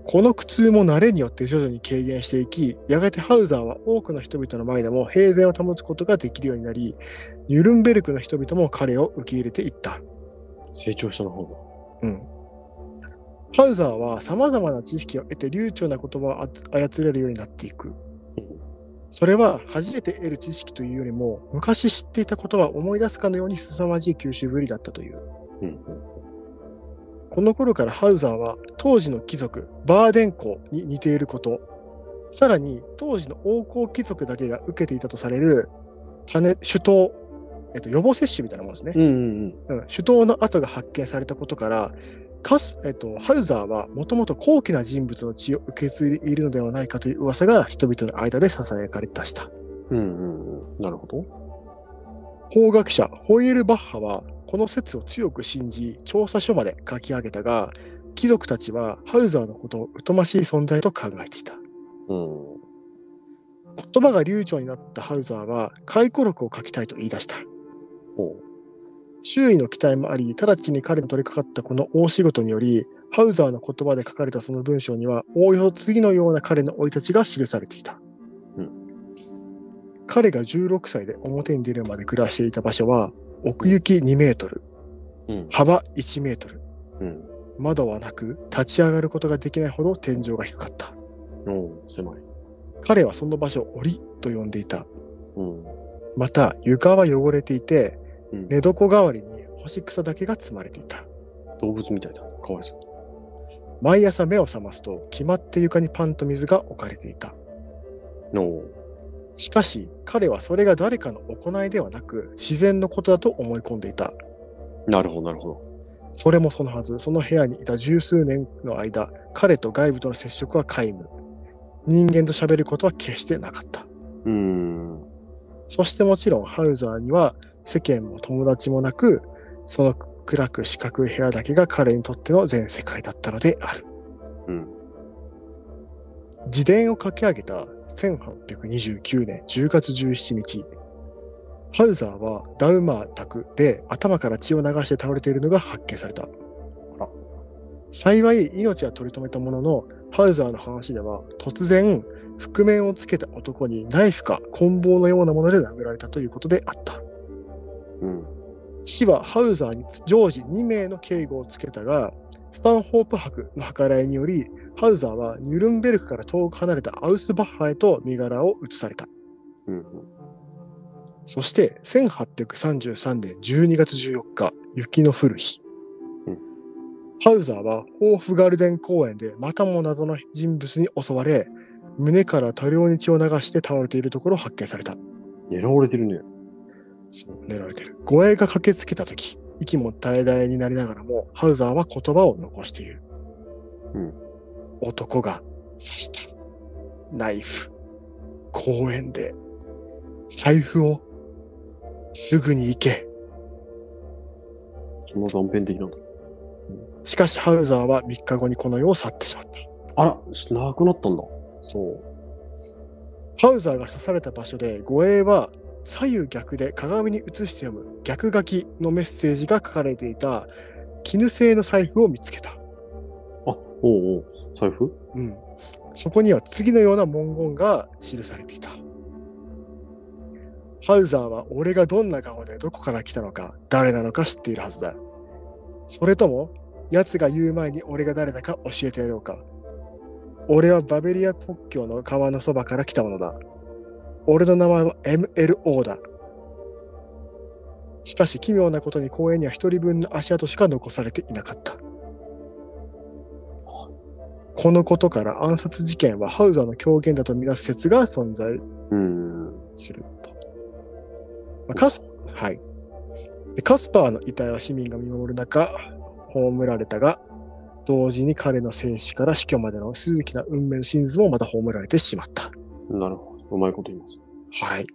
Speaker 2: この苦痛も慣れによって徐々に軽減していき、やがてハウザーは多くの人々の前でも平然を保つことができるようになり、ニュルンベルクの人々も彼を受け入れていった。
Speaker 1: 成長したな、ほうだ。
Speaker 2: うん。ハウザーは様々な知識を得て流暢な言葉をあつ操れるようになっていく。それは初めて得る知識というよりも、昔知っていたことは思い出すかのように凄まじい吸収ぶりだったという。
Speaker 1: うん
Speaker 2: この頃からハウザーは当時の貴族、バーデン公に似ていること、さらに当時の王侯貴族だけが受けていたとされる種、首頭、えっと、予防接種みたいなものですね
Speaker 1: う。んうんうん。
Speaker 2: うん、首頭の跡が発見されたことから、カスえっと、ハウザーはもともと高貴な人物の血を受け継いでいるのではないかという噂が人々の間で囁かれ出した。
Speaker 1: うんうんうん。なるほど。
Speaker 2: 法学者ホイエルバッハはこの説を強く信じ調査書まで書き上げたが、貴族たちはハウザーのことを疎ましい存在と考えていた。
Speaker 1: うん。
Speaker 2: 言葉が流暢になったハウザーは回顧録を書きたいと言い出した。
Speaker 1: ほう。
Speaker 2: 周囲の期待もあり、直ちに彼に取り掛かったこの大仕事により、ハウザーの言葉で書かれたその文章には、おおよそ次のような彼の生い立ちが記されていた。
Speaker 1: うん
Speaker 2: 彼が16歳で表に出るまで暮らしていた場所は、奥行き2メートル、
Speaker 1: うん。
Speaker 2: 幅1メートル、
Speaker 1: うん。
Speaker 2: 窓はなく、立ち上がることができないほど天井が低かった。
Speaker 1: おう狭い。
Speaker 2: 彼はその場所を檻と呼んでいた。
Speaker 1: うん。
Speaker 2: また、床は汚れていて、
Speaker 1: うん
Speaker 2: 寝床代わりに干し草だけが積まれていた。
Speaker 1: 動物みたいだ。かわいそう。
Speaker 2: 毎朝目を覚ますと決まって床にパンと水が置かれていた。
Speaker 1: おう
Speaker 2: しかし彼はそれが誰かの行いではなく自然のことだと思い込んでいた。
Speaker 1: なるほど、なるほど。
Speaker 2: それもそのはず、その部屋にいた十数年の間、彼と外部との接触は皆無。人間と喋ることは決してなかった。
Speaker 1: うん。
Speaker 2: そしてもちろんハウザーには世間も友達もなく、その暗く四角い部屋だけが彼にとっての全世界だったのである。
Speaker 1: うん。
Speaker 2: 自伝を書き上げた1829年10月17日、ハウザーはダウマー宅で頭から血を流して倒れているのが発見された
Speaker 1: ら。
Speaker 2: 幸い命は取り留めたものの、ハウザーの話では突然、覆面をつけた男にナイフか棍棒のようなもので殴られたということであった。
Speaker 1: うん。
Speaker 2: 市はハウザーに常時2名の警護をつけたが、スタンホープ博の計らいにより、ハウザーはニュルンベルクから遠く離れたアウスバッハへと身柄を移された。
Speaker 1: うん。
Speaker 2: そして、1833年12月14日、雪の降る日
Speaker 1: うん。
Speaker 2: ハウザーはホーフガルデン公園でまたも謎の人物に襲われ、胸から多量に血を流して倒れているところを発見された。
Speaker 1: 狙われてるね。
Speaker 2: そう狙われてる。護衛が駆けつけたとき、息も絶え絶えになりながらも、ハウザーは言葉を残している。
Speaker 1: うん
Speaker 2: 男が刺した。ナイフ。公園で。財布を。すぐに行け。
Speaker 1: そんな断片的な。
Speaker 2: しかしハウザーは3日後にこの世を去ってしまった。
Speaker 1: あら、なくなったんだ。そう。
Speaker 2: ハウザーが刺された場所で護衛は左右逆で鏡に映して読む逆書きのメッセージが書かれていた絹製の財布を見つけた。
Speaker 1: あ、おうおう。財布
Speaker 2: うん、そこには次のような文言が記されていた。ハウザーは俺がどんな顔でどこから来たのか誰なのか知っているはずだ。それとも奴が言う前に俺が誰だか教えてやろうか。俺はバベリア国境の川のそばから来たものだ。俺の名前は MLO だ。しかし奇妙なことに公園には一人分の足跡しか残されていなかった。このことから暗殺事件はハウザーの狂言だとみなす説が存在
Speaker 1: うん。
Speaker 2: すると。まあカスはい、でカスパーの遺体は市民が見守る中、葬られたが、同時に彼の生死から死去までの数奇な運命の真図もまた葬られてしまった。
Speaker 1: なるほど。うまいこと言います。
Speaker 2: はい。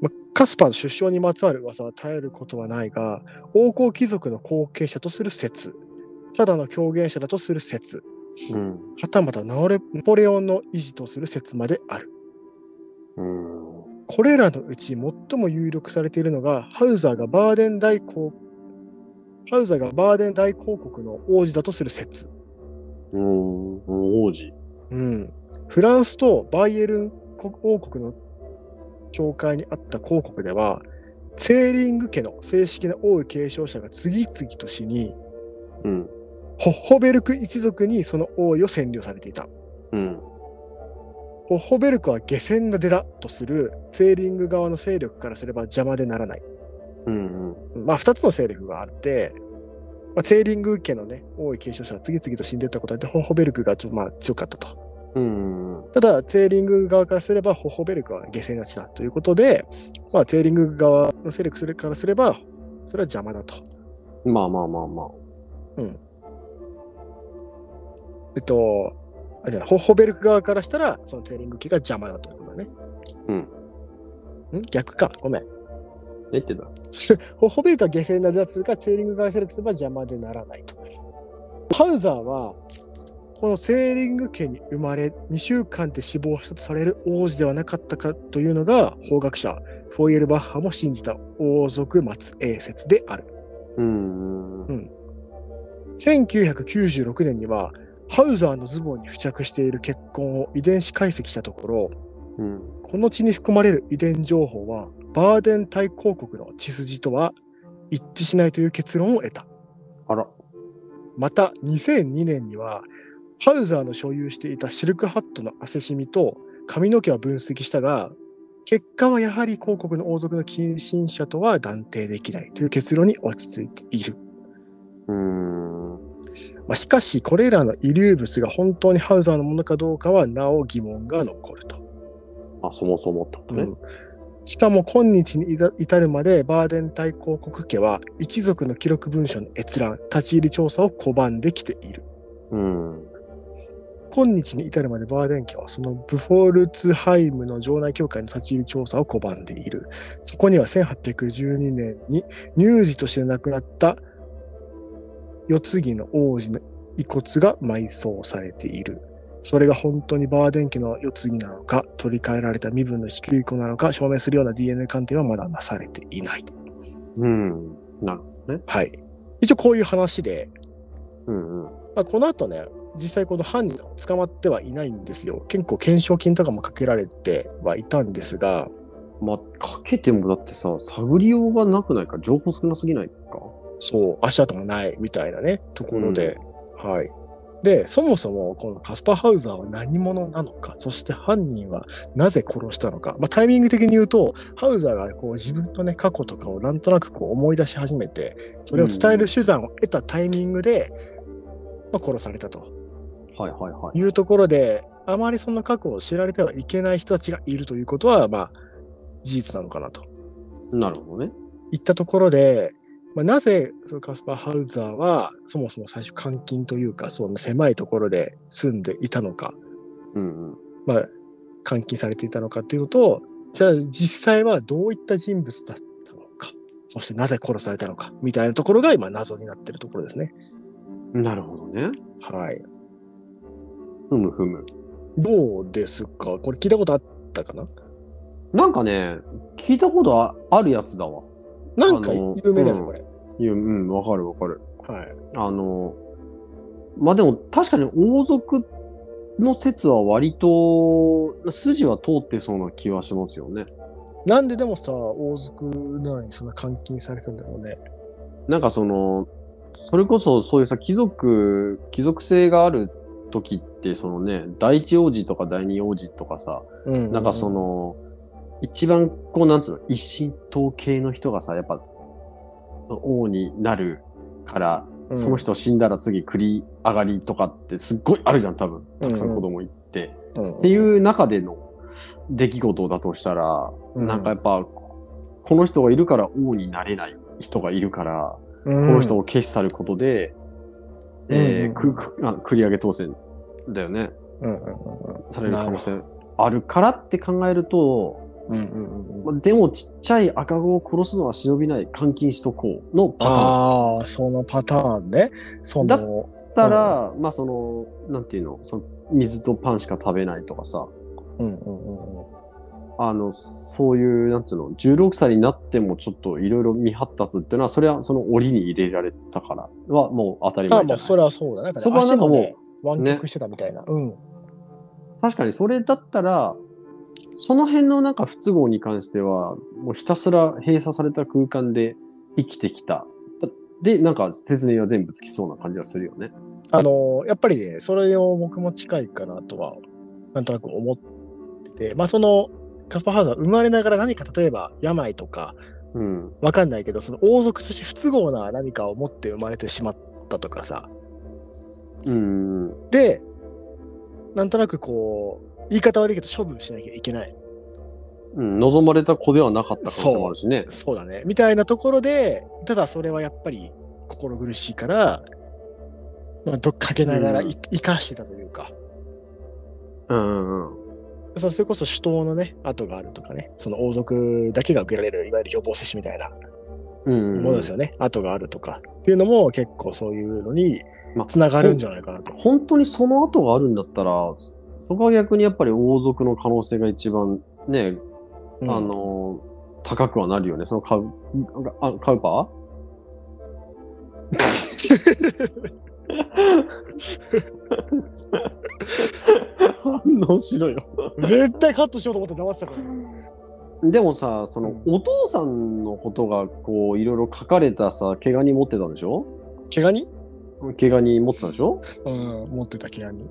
Speaker 2: まあカスパーの出生にまつわる噂は絶えることはないが、王侯貴族の後継者とする説、ただの狂言者だとする説、
Speaker 1: うん。
Speaker 2: はたまたナオレナポレオンの維持とする説まである。
Speaker 1: うん。
Speaker 2: これらのうち最も有力されているのが、ハウザーがバーデン大公、ハウザーがバーデン大公国の王子だとする説。
Speaker 1: うん。王子。
Speaker 2: うん。フランスとバイエルン国王国の境界にあった公国では、セーリング家の正式な王位継承者が次々と死に、
Speaker 1: うん。
Speaker 2: ホッホベルク一族にその王位を占領されていた。
Speaker 1: うん。
Speaker 2: ホッホベルクは下船な出だとするセーリング側の勢力からすれば邪魔でならない。
Speaker 1: うん。うん。
Speaker 2: まあ、二つの勢力があって、まあ、セーリング家のね、王位継承者が次々と死んでいったことで、ホッホベルクがちょ、まあ、強かったと。
Speaker 1: うん。
Speaker 2: ただ、セーリング側からすれば、ホッホベルクは下船なちだということで、まあ、セーリング側の勢力するからすれば、それは邪魔だと。
Speaker 1: まあまあまあまあ。
Speaker 2: えっと、あじゃあホッホベルク側からしたら、そのセーリング家が邪魔だということだね。うん。逆か。ごめん。
Speaker 1: えってだ。
Speaker 2: ホホベルトは下船なでだとするか、セーリングガイセレクすれば邪魔でならないと。ハウザーは、このセーリング家に生まれ、2週間で死亡したとされる王子ではなかったかというのが、法学者、フォイエルバッハも信じた王族末裔説である。
Speaker 1: うん。
Speaker 2: 1996年には、ハウザーのズボンに付着している血痕を遺伝子解析したところ、
Speaker 1: うん。
Speaker 2: この血に含まれる遺伝情報は、バーデン大公国の血筋とは一致しないという結論を得た。
Speaker 1: あら。
Speaker 2: また2002年にはハウザーの所有していたシルクハットの汗染みと髪の毛は分析したが結果はやはり広告の王族の近親者とは断定できないという結論に落ち着いている、
Speaker 1: うん。
Speaker 2: まあ、しかしこれらの遺留物が本当にハウザーのものかどうかはなお疑問が残ると、
Speaker 1: まあそもそもってこと
Speaker 2: う
Speaker 1: ね。
Speaker 2: んしかも今日に至至るまでバーデン大公国家は一族の記録文書の閲覧立ち入り調査を拒んできている
Speaker 1: うん。
Speaker 2: 今日に至るまでバーデン家はそのブフォルツハイムの城内教会の立ち入り調査を拒んでいる。そこには1812年に乳児として亡くなった世継ぎの王子の遺骨が埋葬されている。それが本当にバーデン家の世継ぎなのか、取り替えられた身分の低い子なのか、証明するような DNA 鑑定はまだなされていない。
Speaker 1: うん。なるほどね。
Speaker 2: はい。一応こういう話で、
Speaker 1: うんうん。
Speaker 2: まあ、この後ね、実際この犯人が捕まってはいないんですよ。結構懸賞金とかもかけられてはいたんですが、
Speaker 1: まあ、かけてもだってさ、探りようがなくないか、情報少なすぎないか。
Speaker 2: そう、足跡もないみたいなね、ところで、はい。で、そもそもこのカスパーハウザーは何者なのか、そして犯人はなぜ殺したのか、まあ、タイミング的に言うと、ハウザーがこう自分のね、過去とかをなんとなくこう思い出し始めて、それを伝える手段を得たタイミングで、まあ、殺されたと。
Speaker 1: はいはいはい。
Speaker 2: いうところで、あまりその過去を知られてはいけない人たちがいるということは、まあ、事実なのかなと
Speaker 1: なるほどね。
Speaker 2: いったところで、まあ、なぜそのカスパー・ハウザーはそもそも最初監禁というか、その狭いところで住んでいたのか、
Speaker 1: うんうん。
Speaker 2: まあ、監禁されていたのかというのと、じゃあ実際はどういった人物だったのかそしてなぜ殺されたのか、みたいなところが今謎になってるところですね。
Speaker 1: なるほどね。
Speaker 2: はい。
Speaker 1: ふむふむ。
Speaker 2: どうですかこれ聞いたことあったかな
Speaker 1: なんかね、聞いたことああるやつだわ。
Speaker 2: なんか
Speaker 1: あの
Speaker 2: 有名だよね、
Speaker 1: うん
Speaker 2: これ。
Speaker 1: いや、うん、わかるわかる。
Speaker 2: はい。
Speaker 1: あの、まあでも確かに王族の説は割と筋は通ってそうな気はしますよね。
Speaker 2: なんででもさ、王族なのにそんな監禁されてるんだろうね。
Speaker 1: なんかその、それこそそういうさ、貴族、貴族性がある時って、そのね、第一王子とか第二王子とかさ、
Speaker 2: うう
Speaker 1: なんかそ、の、一番こう、なんつうの、一神統系の人がさ、やっぱ、王になるから、
Speaker 2: うん
Speaker 1: その、人死んだら次繰り上がりとかってすっごいあるじゃん、多分。たくさん子供いって。
Speaker 2: うん
Speaker 1: っていう中での出来事だとしたら、なんかやっぱ、この人がいるから王になれない人がいるから、この人を軽視されることで、
Speaker 2: う
Speaker 1: え
Speaker 2: ん
Speaker 1: ー
Speaker 2: うん
Speaker 1: くくあ繰り上げ当選だよね。
Speaker 2: うんうんうん
Speaker 1: される可能性あるからって考えると、
Speaker 2: うんうんうんうん
Speaker 1: まあでもちっちゃい赤子を殺すのは忍びない監禁しとこうのパターン
Speaker 2: ああ、そのパターンね。そ
Speaker 1: だ
Speaker 2: の、
Speaker 1: だったら、まあそのなんていうのその水とパンしか食べないとかさ
Speaker 2: うんうんうんうん。
Speaker 1: あのそういうなんつうの16歳になってもちょっといろいろ未発達っていうのはそれはその檻に入れられてたからはもう当たり
Speaker 2: まあ
Speaker 1: 前じゃな
Speaker 2: もう
Speaker 1: い
Speaker 2: それはそうだね。なんかね
Speaker 1: そこはなんかもう
Speaker 2: 足ね湾曲してたみたいな。うん。
Speaker 1: 確かにそれだったらその辺のなんか不都合に関してはもうひたすら閉鎖された空間で生きてきたでなんか説明は全部つきそうな感じはするよね。
Speaker 2: あのーやっぱりね、それを僕も近いかなとは、なんとなく思ってて、まあその、カスパーハウスは生まれながら何か例えば病とか、
Speaker 1: うん、
Speaker 2: わかんないけど、その王族として不都合な何かを持って生まれてしまったとかさ。
Speaker 1: うんうん
Speaker 2: で、なんとなくこう、言い方悪いけど処分しなきゃいけない。
Speaker 1: うん、望まれた子ではなかった可能性もあるしね。
Speaker 2: そうだね。みたいなところで、ただそれはやっぱり心苦しいから、まあ、どっかけながらい、
Speaker 1: うん
Speaker 2: 生かしてたというか、
Speaker 1: うんうんうん
Speaker 2: そそれこそ首頭のね、跡があるとかね、その王族だけが受けられる、いわゆる予防接種みたいな
Speaker 1: うん
Speaker 2: ものですよね、跡があるとか、っていうのも結構そういうのに
Speaker 1: まあ
Speaker 2: つながるんじゃないかなと。
Speaker 1: 本当にその後があるんだったら、そこは逆にやっぱり王族の可能性が一番ね、
Speaker 2: うん
Speaker 1: あの、高くはなるよね。そのカウ、あカウパー反応し ろよ。
Speaker 2: 絶対カットしようと思って黙ってたから。
Speaker 1: でもさ、その
Speaker 2: う
Speaker 1: お父さんのことがこういろいろ書かれたさ、毛ガニ持ってたんでしょ
Speaker 2: 怪我に
Speaker 1: 毛ガニ持ってたでしょ
Speaker 2: うん、持ってた怪我に。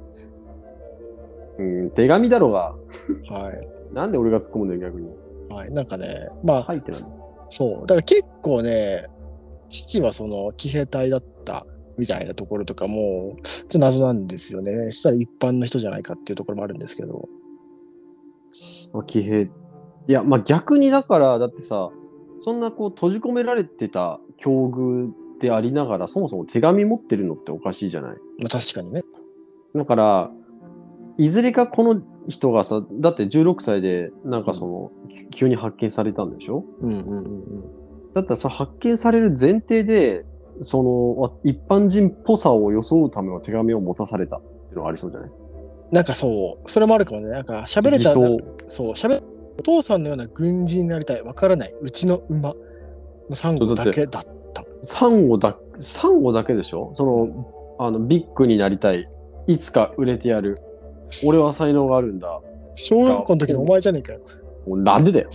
Speaker 1: うん、手紙だろうが。
Speaker 2: はい。
Speaker 1: なんで俺が突っ込むんだよ、逆に。
Speaker 2: はい。なんかね、まあ、
Speaker 1: はいってなん
Speaker 2: そう。だから結構ね、父はその騎兵隊だったみたいなところとかも、ちょっと謎なんですよね。したら一般の人じゃないかっていうところもあるんですけど。
Speaker 1: まあ、騎兵。いや、まあ、逆にだから、だってさ、そんなこう閉じ込められてた境遇でありながら、そもそも手紙持ってるのっておかしいじゃない。
Speaker 2: まあ確かにね。
Speaker 1: だから、いずれかこの人がさ、だって16歳で、なんかその、き急に発見されたんでしょ
Speaker 2: うんうんうんうん。
Speaker 1: だったらその発見される前提で、その、わ一般人っぽさを装うための手紙を持たされたっていうのはありそうじゃない
Speaker 2: なんかそう、それもあるかもね。なんか喋れ
Speaker 1: 偽
Speaker 2: たら、
Speaker 1: 装。
Speaker 2: そう、喋お父さんのような軍人になりたい。わからない。うちの馬の産後だけだった。
Speaker 1: サンゴだ、サンゴだけでしょその、あの、ビッグになりたい。いつか売れてやる。俺は才能があるんだ。
Speaker 2: 小学校の時のお前じゃねえかよ。
Speaker 1: もうなんで だよ。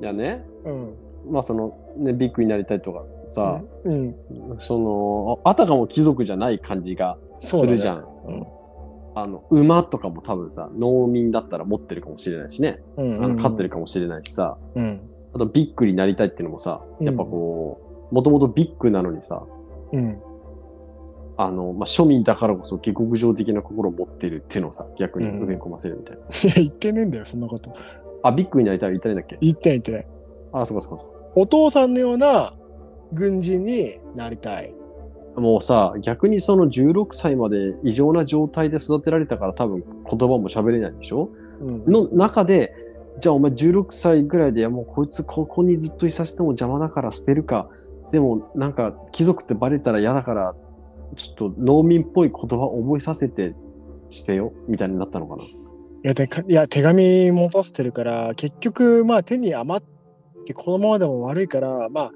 Speaker 1: いやね、
Speaker 2: うん。
Speaker 1: まあその、ね、ビッグになりたいとかさ、
Speaker 2: うん。
Speaker 1: そのあ、あたかも貴族じゃない感じが
Speaker 2: そ
Speaker 1: す
Speaker 2: うだね
Speaker 1: るじゃん。
Speaker 2: うん
Speaker 1: あの、馬とかも多分さ、農民だったら持ってるかもしれないしね。
Speaker 2: うんうん
Speaker 1: あの、飼ってるかもしれないしさ。
Speaker 2: うん。
Speaker 1: あと、ビッグになりたいってのもさ、やっぱこう、もともとビッグなのにさ、
Speaker 2: うん。
Speaker 1: あの、まあ、庶民だからこそ下克上的な心を持ってるっていうのをさ、逆に
Speaker 2: うん
Speaker 1: 埋め込ませるみたいな。
Speaker 2: いや、言ってねえんだよ、そんなこと。
Speaker 1: あ、ビッグになりたい言ったらいいんだっけ
Speaker 2: 言ってない言ってない。
Speaker 1: あ、そうかそうかそ
Speaker 2: お父さんのような軍人になりたい。
Speaker 1: う。もうさ、逆にその16歳まで異常な状態で育てられたから多分言葉も喋れないでしょ
Speaker 2: うん
Speaker 1: の中で、じゃあお前16歳ぐらいで、いやもうこいつここにずっといさせても邪魔だから捨てるか。でもなんか貴族ってバレたら嫌だから、ちょっと農民っぽい言葉覚えさせてしてよ、みたいになったのかな。
Speaker 2: いやでかいや手紙戻してるから結局まあ手に余ってこのままでも悪いからまあ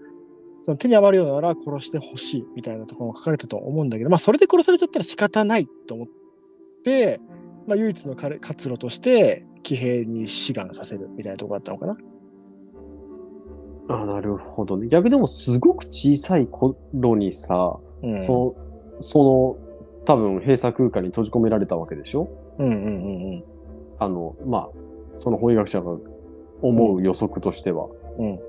Speaker 2: その手に余るようなら殺してほしいみたいなところも書かれたと思うんだけどまあそれで殺されちゃったら仕方ないと思って、まあ、唯一の彼活路として騎兵に志願させるみたいなところだったのかな。
Speaker 1: あ、なるほどね。逆にでもすごく小さい頃にさ、
Speaker 2: うん、
Speaker 1: その、その、多分閉鎖空間に閉じ込められたわけでしょ
Speaker 2: うんうんうん
Speaker 1: あの、まあ、その法医学者が思う予測としては。
Speaker 2: うんうん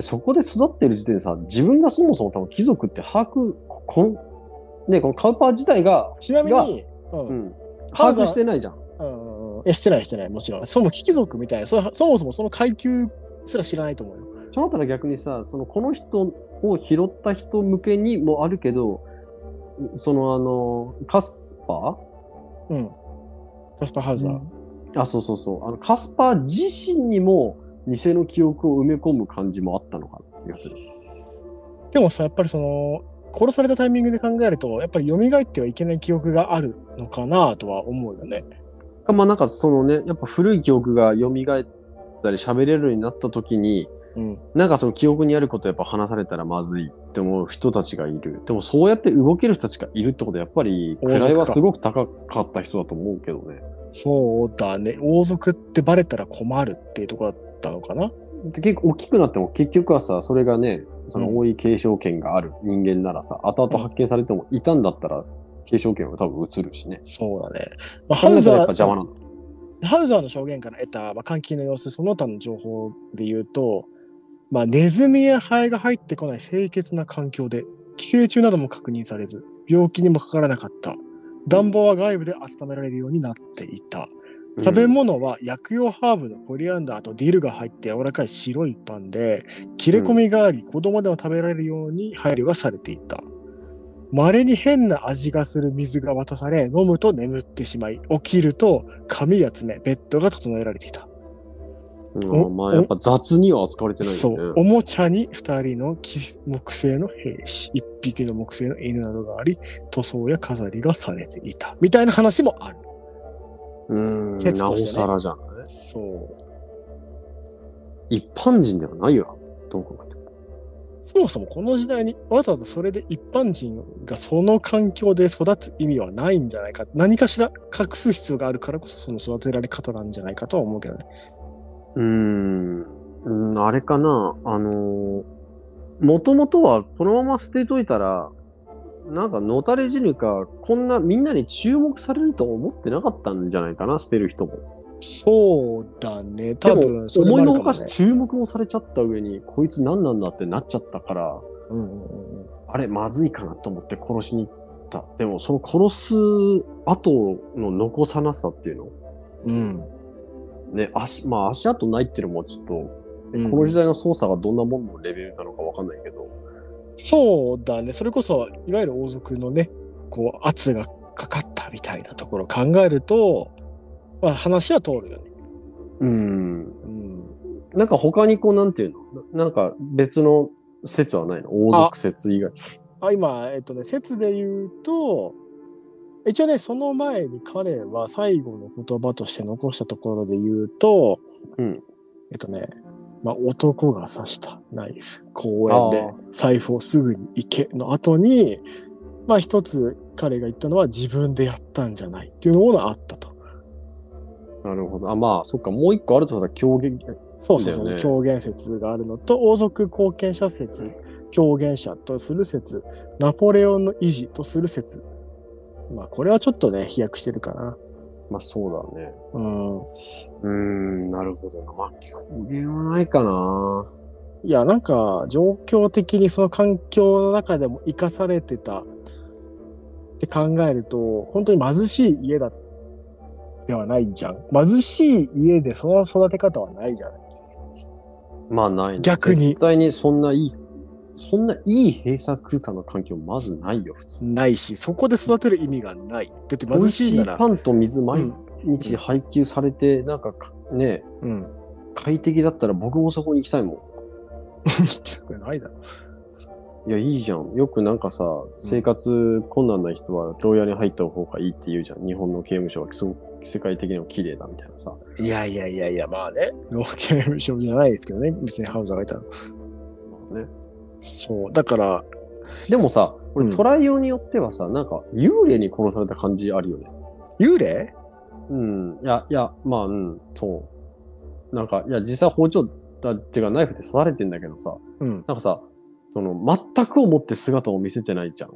Speaker 1: そこで育ってる時点でさ、自分がそもそも多分貴族って把握、ここの、ね、このカウパー自体が、
Speaker 2: ちなみ
Speaker 1: が
Speaker 2: に、うん
Speaker 1: うん、
Speaker 2: ハ
Speaker 1: 把
Speaker 2: ーザー
Speaker 1: 握してないじゃん。
Speaker 2: うんうんいや、してないしてない、もちろん。その貴族みたいな、そそもそもその階級すら知らないと思うよ。
Speaker 1: そうなったら逆にさ、そのこの人を拾った人向けにもあるけど、そのあの、カスパ
Speaker 2: うん。カスパーハウザー。
Speaker 1: ーあ、そうそうそう。あの、カスパー自身にも偽の記憶を埋め込む感じもあったのかなって気がする。
Speaker 2: でもさ、やっぱりその、殺されたタイミングで考えると、やっぱり蘇ってはいけない記憶があるのかなとは思うよね。
Speaker 1: まあなんかそのね、やっぱ古い記憶が蘇ったり喋れるようになった時に、
Speaker 2: うん。
Speaker 1: なんかその記憶にあることやっぱ話されたらまずいって思う人たちがいる。でもそうやって動ける人たちがいるってことはやっぱり
Speaker 2: 王族か
Speaker 1: 位はすごく高かった人だと思うけどね。
Speaker 2: そうだね。王族ってバレたら困るっていうとこだったのかな。
Speaker 1: で結構大きくなっても結局はさ、それがね、その王位継承権がある人間ならさ、後々発見されてもいたんだったら継承権は多分移るしね。
Speaker 2: そうだね。まあ、
Speaker 1: 考
Speaker 2: ハウ
Speaker 1: えたらやっぱ
Speaker 2: ザ
Speaker 1: 邪魔な
Speaker 2: ー、
Speaker 1: んだ。
Speaker 2: ハウザーの証言から得た、まあ、監禁の様子、その他の情報で言うと、まあ、ネズミやハエが入ってこない清潔な環境で、寄生虫なども確認されず、病気にもかからなかった。暖房は外部で温められるようになっていた。
Speaker 1: うん
Speaker 2: 食べ物は薬用ハーブのコリアンダーとディルが入って柔らかい白いパンで切れ込みがあり子供でも食べられるように配慮がされていた稀に変な味がする水が渡され飲むと眠ってしまい起きると髪や爪ベッドが整えられていた、
Speaker 1: うんまあやっぱ雑には扱われてないよ
Speaker 2: そ
Speaker 1: ね。
Speaker 2: うおもちゃに2人の木木製の兵士1匹の木製の犬などがあり塗装や飾りがされていたみたいな話もある
Speaker 1: うん、
Speaker 2: 説
Speaker 1: な
Speaker 2: と
Speaker 1: お
Speaker 2: してね
Speaker 1: さらじゃない
Speaker 2: そう
Speaker 1: 一般人ではないよな。どう考えても。
Speaker 2: そもそもこの時代にわざわざそれで一般人がその環境で育つ意味はないんじゃないか。何かしら隠す必要があるからこそその育てられ方なんじゃないかとは思うけどね。
Speaker 1: うーん、うんあれかな。あのー、もともとはこのまま捨てといたら、なんかのたれ死ぬか、こんなみんなに注目されると思ってなかったんじゃないかな、捨てる人も。
Speaker 2: そうだね。
Speaker 1: で
Speaker 2: 多
Speaker 1: も
Speaker 2: 分、それも
Speaker 1: 思
Speaker 2: あ
Speaker 1: い
Speaker 2: る
Speaker 1: の
Speaker 2: か
Speaker 1: ほ
Speaker 2: も、
Speaker 1: か
Speaker 2: ね。
Speaker 1: 注目もされちゃった上に、こいつ何なんだってなっちゃったから、
Speaker 2: うんうんうん
Speaker 1: あれ、まずいかなと思って殺しに行った。でも、その殺す後の残さなさっていうの
Speaker 2: うん。
Speaker 1: ね、足、まあ足跡ないっていうのもちょっと、
Speaker 2: うん。
Speaker 1: この時代の操作がどんなもんのレベルなのかわかんないけど、
Speaker 2: そうだね。それこそ、いわゆる王族のね、こう、圧がかかったみたいなところを考えると、まあ話は通るよね。
Speaker 1: うん。
Speaker 2: うん。
Speaker 1: なんか他にこう、なんていうのななんか別の説はないの王族説以外。
Speaker 2: あ今、えっとね、説で言うと、一応ね、その前に彼は最後の言葉として残したところで言うと、
Speaker 1: うん
Speaker 2: えっとね、まあ、男が刺したナイフ、公園で
Speaker 1: あー
Speaker 2: 財布をすぐに行けの後に、まあ一つ彼が言ったのは自分でやったんじゃないっていうのがあったと。
Speaker 1: なるほど。あ、まあ、そっか、もう一個あるとしたら狂言。
Speaker 2: そうそうそう、
Speaker 1: だよね
Speaker 2: 狂言説があるのと、王族貢献者説、狂言者とする説、ナポレオンの維持とする説。まあ、これはちょっとね、飛躍してるかな。
Speaker 1: まあそうだね。
Speaker 2: うん。
Speaker 1: うーん、なるほどな。まあ狂言はないかな。
Speaker 2: いや、なんか、状況的にその環境の中でも生かされてたって考えると、本当に貧しい家だ、ではないじゃん。貧しい家でその育て方はないじゃん。
Speaker 1: まあないね
Speaker 2: 逆に
Speaker 1: 絶対にそんないい、そんないい閉鎖空間の環境まずないよ、普通。
Speaker 2: ないし、そこで育てる意味がない。だって
Speaker 1: 美
Speaker 2: 貧
Speaker 1: 味
Speaker 2: し
Speaker 1: し
Speaker 2: い
Speaker 1: い
Speaker 2: なら。
Speaker 1: パンと水毎
Speaker 2: うん
Speaker 1: 日配給されて、なんかかね、
Speaker 2: うん。
Speaker 1: 快適だったら僕もそこに行きたいも
Speaker 2: これないだろ。
Speaker 1: ん。いや、いいじゃん。よくなんかさ、生活困難な人は牢屋に入った方がいいって言うじゃん。日本の刑務所はすごく世界的にも綺麗だみたいなさ。
Speaker 2: いやいやいやいや、まあね。 老刑務所じゃないですけどね。別にハウザーがいたの。
Speaker 1: まあね、
Speaker 2: そう。だから、
Speaker 1: でもさ、俺、
Speaker 2: うん
Speaker 1: トライ用によってはさ、なんか幽霊に殺された感じあるよね。
Speaker 2: 幽霊
Speaker 1: うん。いや、いや、まあ、うん、そう。なんか、いや、実際包丁だっていうかナイフで刺されてんだけどさ、
Speaker 2: うん。
Speaker 1: なんかさ、その、全くをもって姿を見せてないじゃん。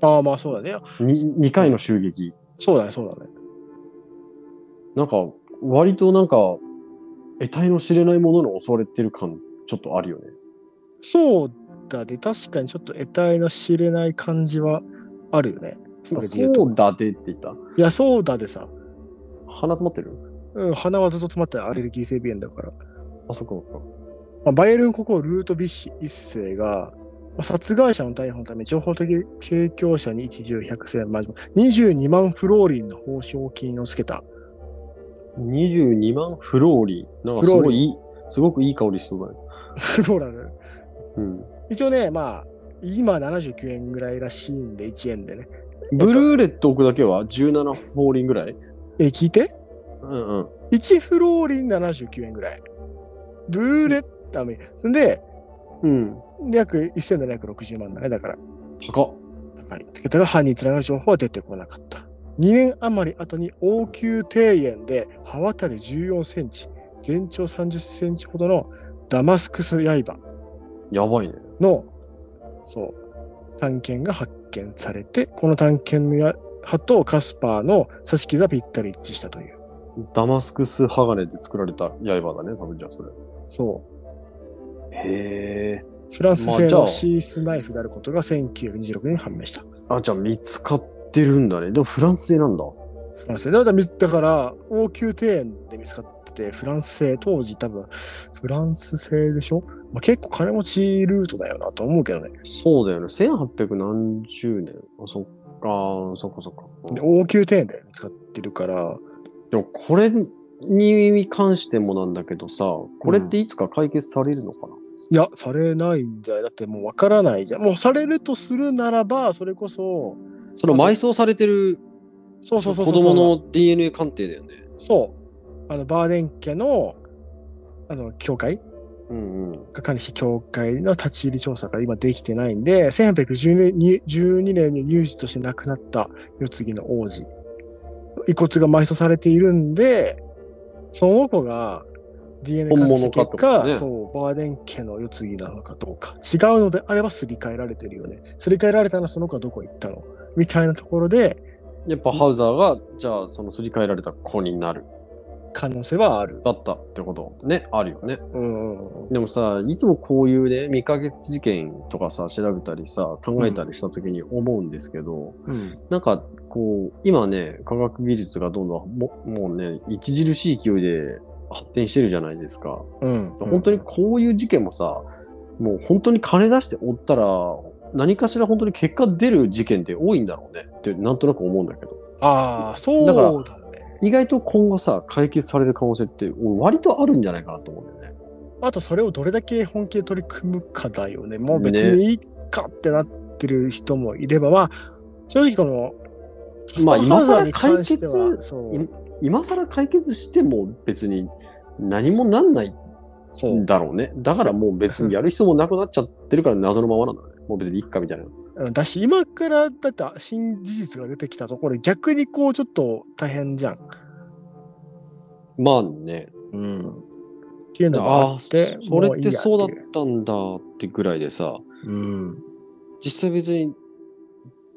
Speaker 2: ああ、まあそうだね。
Speaker 1: に、2回の襲撃。
Speaker 2: そうだね、そうだね。
Speaker 1: なんか、割となんか、得体の知れないものに襲われてる感、ちょっとあるよね。
Speaker 2: そうだね。確かにちょっと得体の知れない感じはあるよね。それで言うと
Speaker 1: そうだでって言った。
Speaker 2: いや、そうだでさ。
Speaker 1: 鼻詰まってる
Speaker 2: うん、鼻はずっと詰まってアレルギー性鼻炎だから。
Speaker 1: あ、そっかそっか。
Speaker 2: まあ、バイエルン国王ルートビッヒ一世が、まあ、殺害者の逮捕のため、情報的提供者に一重百千万、22万フローリンの報奨金をつけた。
Speaker 1: 22万フローリー。なんかすごいいい、すごくいい香りしそうだね。
Speaker 2: フローラル。
Speaker 1: うん。
Speaker 2: 一応ね、まあ、今79円ぐらいらしいんで、1円でね。
Speaker 1: ブルーレット置くだけは17フォーリンぐらい
Speaker 2: え、聞いて
Speaker 1: うんうん。
Speaker 2: ?1 フローリン79円ぐらい。ブルーレット、あ、そんで、
Speaker 1: うん。
Speaker 2: 約1760万だね、だから。
Speaker 1: 高っ。
Speaker 2: 高い。だが犯人につながる情報は出てこなかった。2年余り後に王宮庭園で刃渡り14センチ、全長30センチほどのダマスクス刃
Speaker 1: やばいね。
Speaker 2: の、そう、探検が発見されて、この探検の刃とカスパーの刺し傷がぴったり一致したという。
Speaker 1: ダマスクス鋼で作られた刃だね、多分じゃあそれ。
Speaker 2: そう。
Speaker 1: へえ。
Speaker 2: フランス
Speaker 1: まあ
Speaker 2: 製
Speaker 1: じゃあ
Speaker 2: のシースナイフであることが1926年に判明した。
Speaker 1: あ、じゃあ見つかってるんだね。でもフランス製なんだ。
Speaker 2: フランス製だからみだから、王宮庭園で見つかってて、フランス製、当時多分、フランス製でしょ、まあ、結構金持ちルートだよなと思うけどね。
Speaker 1: そうだよね。1800何十年。あ、そっか、そっかそっか。
Speaker 2: で王宮庭園で見つかってるから、
Speaker 1: でもこれに関してもなんだけどさ、これっていつか解決されるのかな、
Speaker 2: いや、されないんじゃないだってもうわからないじゃん。もうされるとするならば、それこそ、
Speaker 1: その埋葬されてる
Speaker 2: そうそう
Speaker 1: 子
Speaker 2: そうそ
Speaker 1: 供
Speaker 2: う。
Speaker 1: の DNA 鑑定だよね。
Speaker 2: そう。あの、バーデン家の、あの、教会
Speaker 1: うんうん。
Speaker 2: が管理して教会の立ち入り調査が今できてないんで、1812 12年に乳児として亡くなった世継ぎの王子。遺骨が埋葬されているんで、その子が DNA
Speaker 1: 本
Speaker 2: 鑑
Speaker 1: 物
Speaker 2: 定した
Speaker 1: かって
Speaker 2: 結
Speaker 1: こと
Speaker 2: 果、
Speaker 1: ね
Speaker 2: そう、バーデン家の世継ぎなのかどうか。違うのであればすり替えられてるよね。すり替えられたのはその子はどこ行ったのみたいなところで
Speaker 1: やっぱハウザーが、じゃあそのすり替えられた子になる。
Speaker 2: 可能性はある。
Speaker 1: だったってことね、あるよね。
Speaker 2: うんうんうん。
Speaker 1: でもさ、いつもこういうね、未可決事件とかさ、調べたりさ、考えたりした時に思うんですけど、
Speaker 2: うん。
Speaker 1: なんかこう、今ね、科学技術がどんどんも、もうね、著しい勢いで発展してるじゃないですか。
Speaker 2: うん。
Speaker 1: 本当にこういう事件もさ、もう本当に金出して追ったら、何かしら本当に結果出る事件って多いんだろうねって、なんとなく思うんだけど。
Speaker 2: ああ、そう
Speaker 1: だから
Speaker 2: だね。
Speaker 1: 意外と今後さ、解決される可能性って、俺割とあるんじゃないかなと思うんだよね。
Speaker 2: あとそれをどれだけ本気で取り組むかだよね。もう別にいいかってなってる人もいれば、まあ、正直この、
Speaker 1: まあ
Speaker 2: スパハザ
Speaker 1: 今
Speaker 2: ー
Speaker 1: 更
Speaker 2: に関しては
Speaker 1: 解決
Speaker 2: そう、
Speaker 1: 今更解決しても別に何もなんない
Speaker 2: そう、
Speaker 1: んだろうね。だからもう別にやる必要もなくなっちゃってるから謎のままなんだね。もう別にいっかみたいな。
Speaker 2: うんだし、今からだって新事実が出てきたところ、逆にこうちょっと大変じゃん。
Speaker 1: まあね。
Speaker 2: うん。っていうのが
Speaker 1: あ
Speaker 2: あ
Speaker 1: あ、
Speaker 2: っ
Speaker 1: そ
Speaker 2: て、
Speaker 1: それ
Speaker 2: も
Speaker 1: っ
Speaker 2: いい
Speaker 1: て
Speaker 2: や
Speaker 1: そうだ
Speaker 2: っ
Speaker 1: って
Speaker 2: いう
Speaker 1: たんだってぐらいでさ、
Speaker 2: うん。
Speaker 1: 実際別に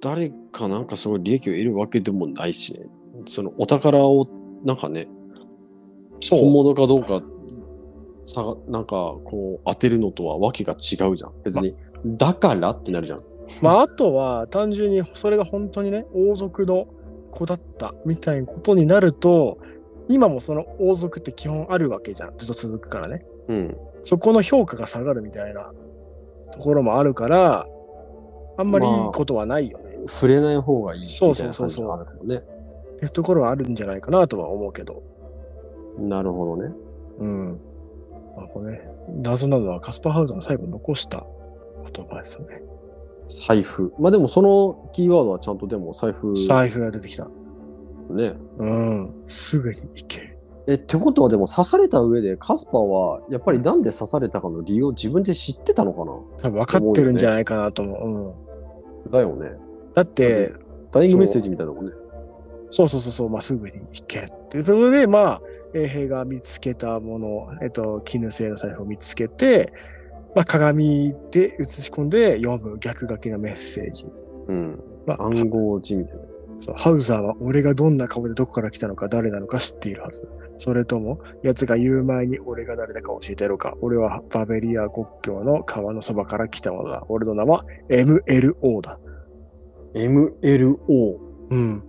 Speaker 1: 誰かなんかすごい利益を得るわけでもないしね。そのお宝をなんかね、本
Speaker 2: そう。
Speaker 1: 物かどうか、さがなんかこう当てるのとはわけが違うじゃん。別に、だからってなるじゃん。
Speaker 2: まあ、あとは単純にそれが本当にね、王族の子だったみたいなことになると、今もその王族って基本あるわけじゃん。ずっと続くからね。
Speaker 1: うん。
Speaker 2: そこの評価が下がるみたいなところもあるから、あんまりいいことはないよね。
Speaker 1: 触れない方がいいみた
Speaker 2: そ
Speaker 1: いう
Speaker 2: そ
Speaker 1: な
Speaker 2: うそ
Speaker 1: 感
Speaker 2: う
Speaker 1: じ
Speaker 2: そう
Speaker 1: があるかもね。
Speaker 2: ってところはあるんじゃないかなとは思うけど。
Speaker 1: なるほどね。
Speaker 2: うん。まあ、これね、謎などはカスパーハウザーの最後に残した言葉ですよね。
Speaker 1: 財布。まあでもそのキーワードはちゃんとでも財布
Speaker 2: 財布が出てきた。
Speaker 1: ね。
Speaker 2: うん。すぐに行け。
Speaker 1: え、ってことはでも刺された上でカスパーはやっぱりなんで刺されたかの理由を自分で知ってたのかな
Speaker 2: 多分分かってるんじゃないかなと思う。
Speaker 1: だよね。
Speaker 2: うん、だって、
Speaker 1: ダイイングメッセージみたいなもんね。
Speaker 2: そうそうそうそう、まあ、すぐに行けって。それで、まあ、衛兵が見つけたもの、えっと、絹製の財布を見つけて、まあ、鏡で映し込んで読む逆書きのメッセージ。
Speaker 1: うん。
Speaker 2: まあ、
Speaker 1: 暗号字みたいな。
Speaker 2: そうハウザーは俺がどんな顔でどこから来たのか誰なのか知っているはず。それとも、奴が言う前に俺が誰だか教えてやろうか。俺はバベリア国境の川のそばから来たものだ。俺の名は MLO だ。
Speaker 1: MLO。
Speaker 2: うん。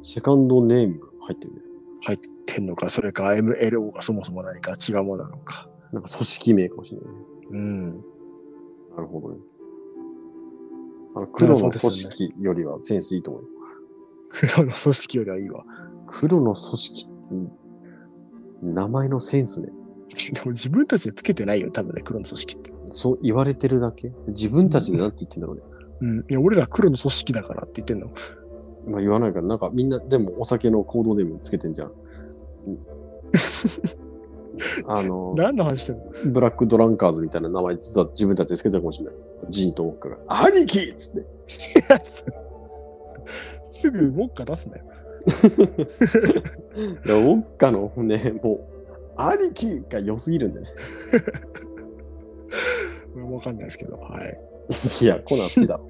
Speaker 1: セカンドネーム入ってるね。
Speaker 2: 入ってんのか、それか MLO がそもそも何か違うものなのか。
Speaker 1: なんか組織名かもしれないね。
Speaker 2: うん。
Speaker 1: なるほどね。あの黒の
Speaker 2: そう
Speaker 1: 組
Speaker 2: ですよね
Speaker 1: 織よりはセンスいいと思うよ。
Speaker 2: 黒の組織よりはいいわ。
Speaker 1: 黒の組織って、名前のセンスね。
Speaker 2: でも自分たちでつけてないよ、多分ね、黒の組織って。
Speaker 1: そう言われてるだけ自分たちでなんて言ってんだろうね。
Speaker 2: うん。いや、俺ら黒の組織だからって言ってんの。
Speaker 1: まあ言わないから、なんかみんな、でもお酒の行動でもつけてん じゃん。うんあの、
Speaker 2: 何の話してんの
Speaker 1: ブラックドランカーズみたいな名前実は自分たちでつけてるかもしれない。ジンとウォッカが、兄貴っつって。
Speaker 2: すぐウォッカ出すね。
Speaker 1: でウォッカのね、もう、兄貴が良すぎるんだよね。
Speaker 2: 俺もわかんないですけど。はい。
Speaker 1: いや、コナン好きだろ。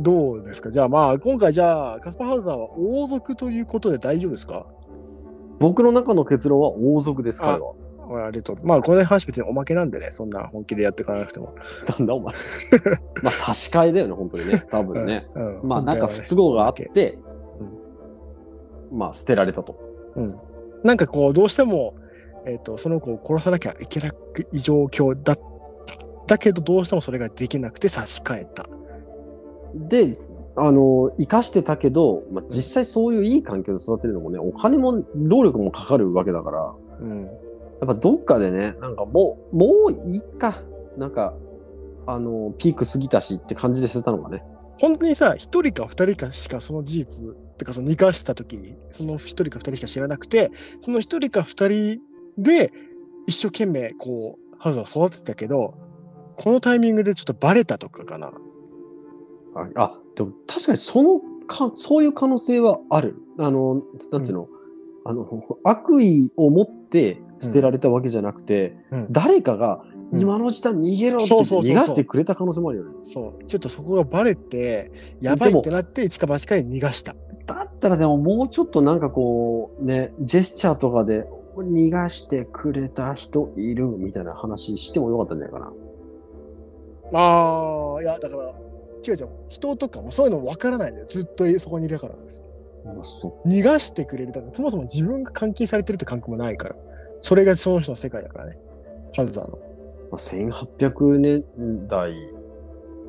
Speaker 2: どうですかじゃあまあ、今回じゃあ、カスパーハウザーは王族ということで大丈夫ですか
Speaker 1: 僕の中の結論は王族です、彼は。
Speaker 2: 俺ありがとう。まあ、この話別におまけなんでね、そんな本気でやっていかなくても。
Speaker 1: なんだお 前。まあ差し替えだよね、本当にね。多分ね。
Speaker 2: うん。
Speaker 1: まあなんか不
Speaker 2: 通
Speaker 1: 都合があって
Speaker 2: う、
Speaker 1: まあ捨てられたと。
Speaker 2: うん。なんかこう、どうしても、えっ、と、その子を殺さなきゃいけなく状況だった。だけど、どうしてもそれができなくて差し替えた。
Speaker 1: で、あの、生かしてたけど、まあ実際そういういい環境で育てるのもね、お金も労力もかかるわけだから、や
Speaker 2: うん。
Speaker 1: っぱどっかでね、なんかもう、もういいか。なんか、あの、ピーク過ぎたしって感じで捨てたのがね。
Speaker 2: 本当にさ、一人か二人かしかその事実、てかその逃がした時に、その一人か二人しか知らなくて、その一人か二人で一生懸命こう、ハウザーを育ててたけど、このタイミングでちょっとバレたとかかな。
Speaker 1: あ、あでも確かにそのか、そういう可能性はある。あの、なんていうの、あの、悪意を持って捨てられたわけじゃなくて、
Speaker 2: うん
Speaker 1: 誰かが
Speaker 2: うん
Speaker 1: 今のうちだ逃げろって
Speaker 2: そうそうそうそう
Speaker 1: 逃がしてくれた可能性もあるよね。
Speaker 2: そう。ちょっとそこがバレて、やばいってなって、一か八かで逃がした。
Speaker 1: だったらでももうちょっとなんかこう、ね、ジェスチャーとかで逃がしてくれた人いるみたいな話してもよかったんじゃないかな。
Speaker 2: ああ、いや、だから、違う違う。人とかもそういうの分からないのよ。ずっとそこにいるから。
Speaker 1: まあそ
Speaker 2: 逃がしてくれる。だからそもそも自分が監禁されてるって感覚もないから。それがその人の世界だからね。ハウザーの。
Speaker 1: まあ、1800年代、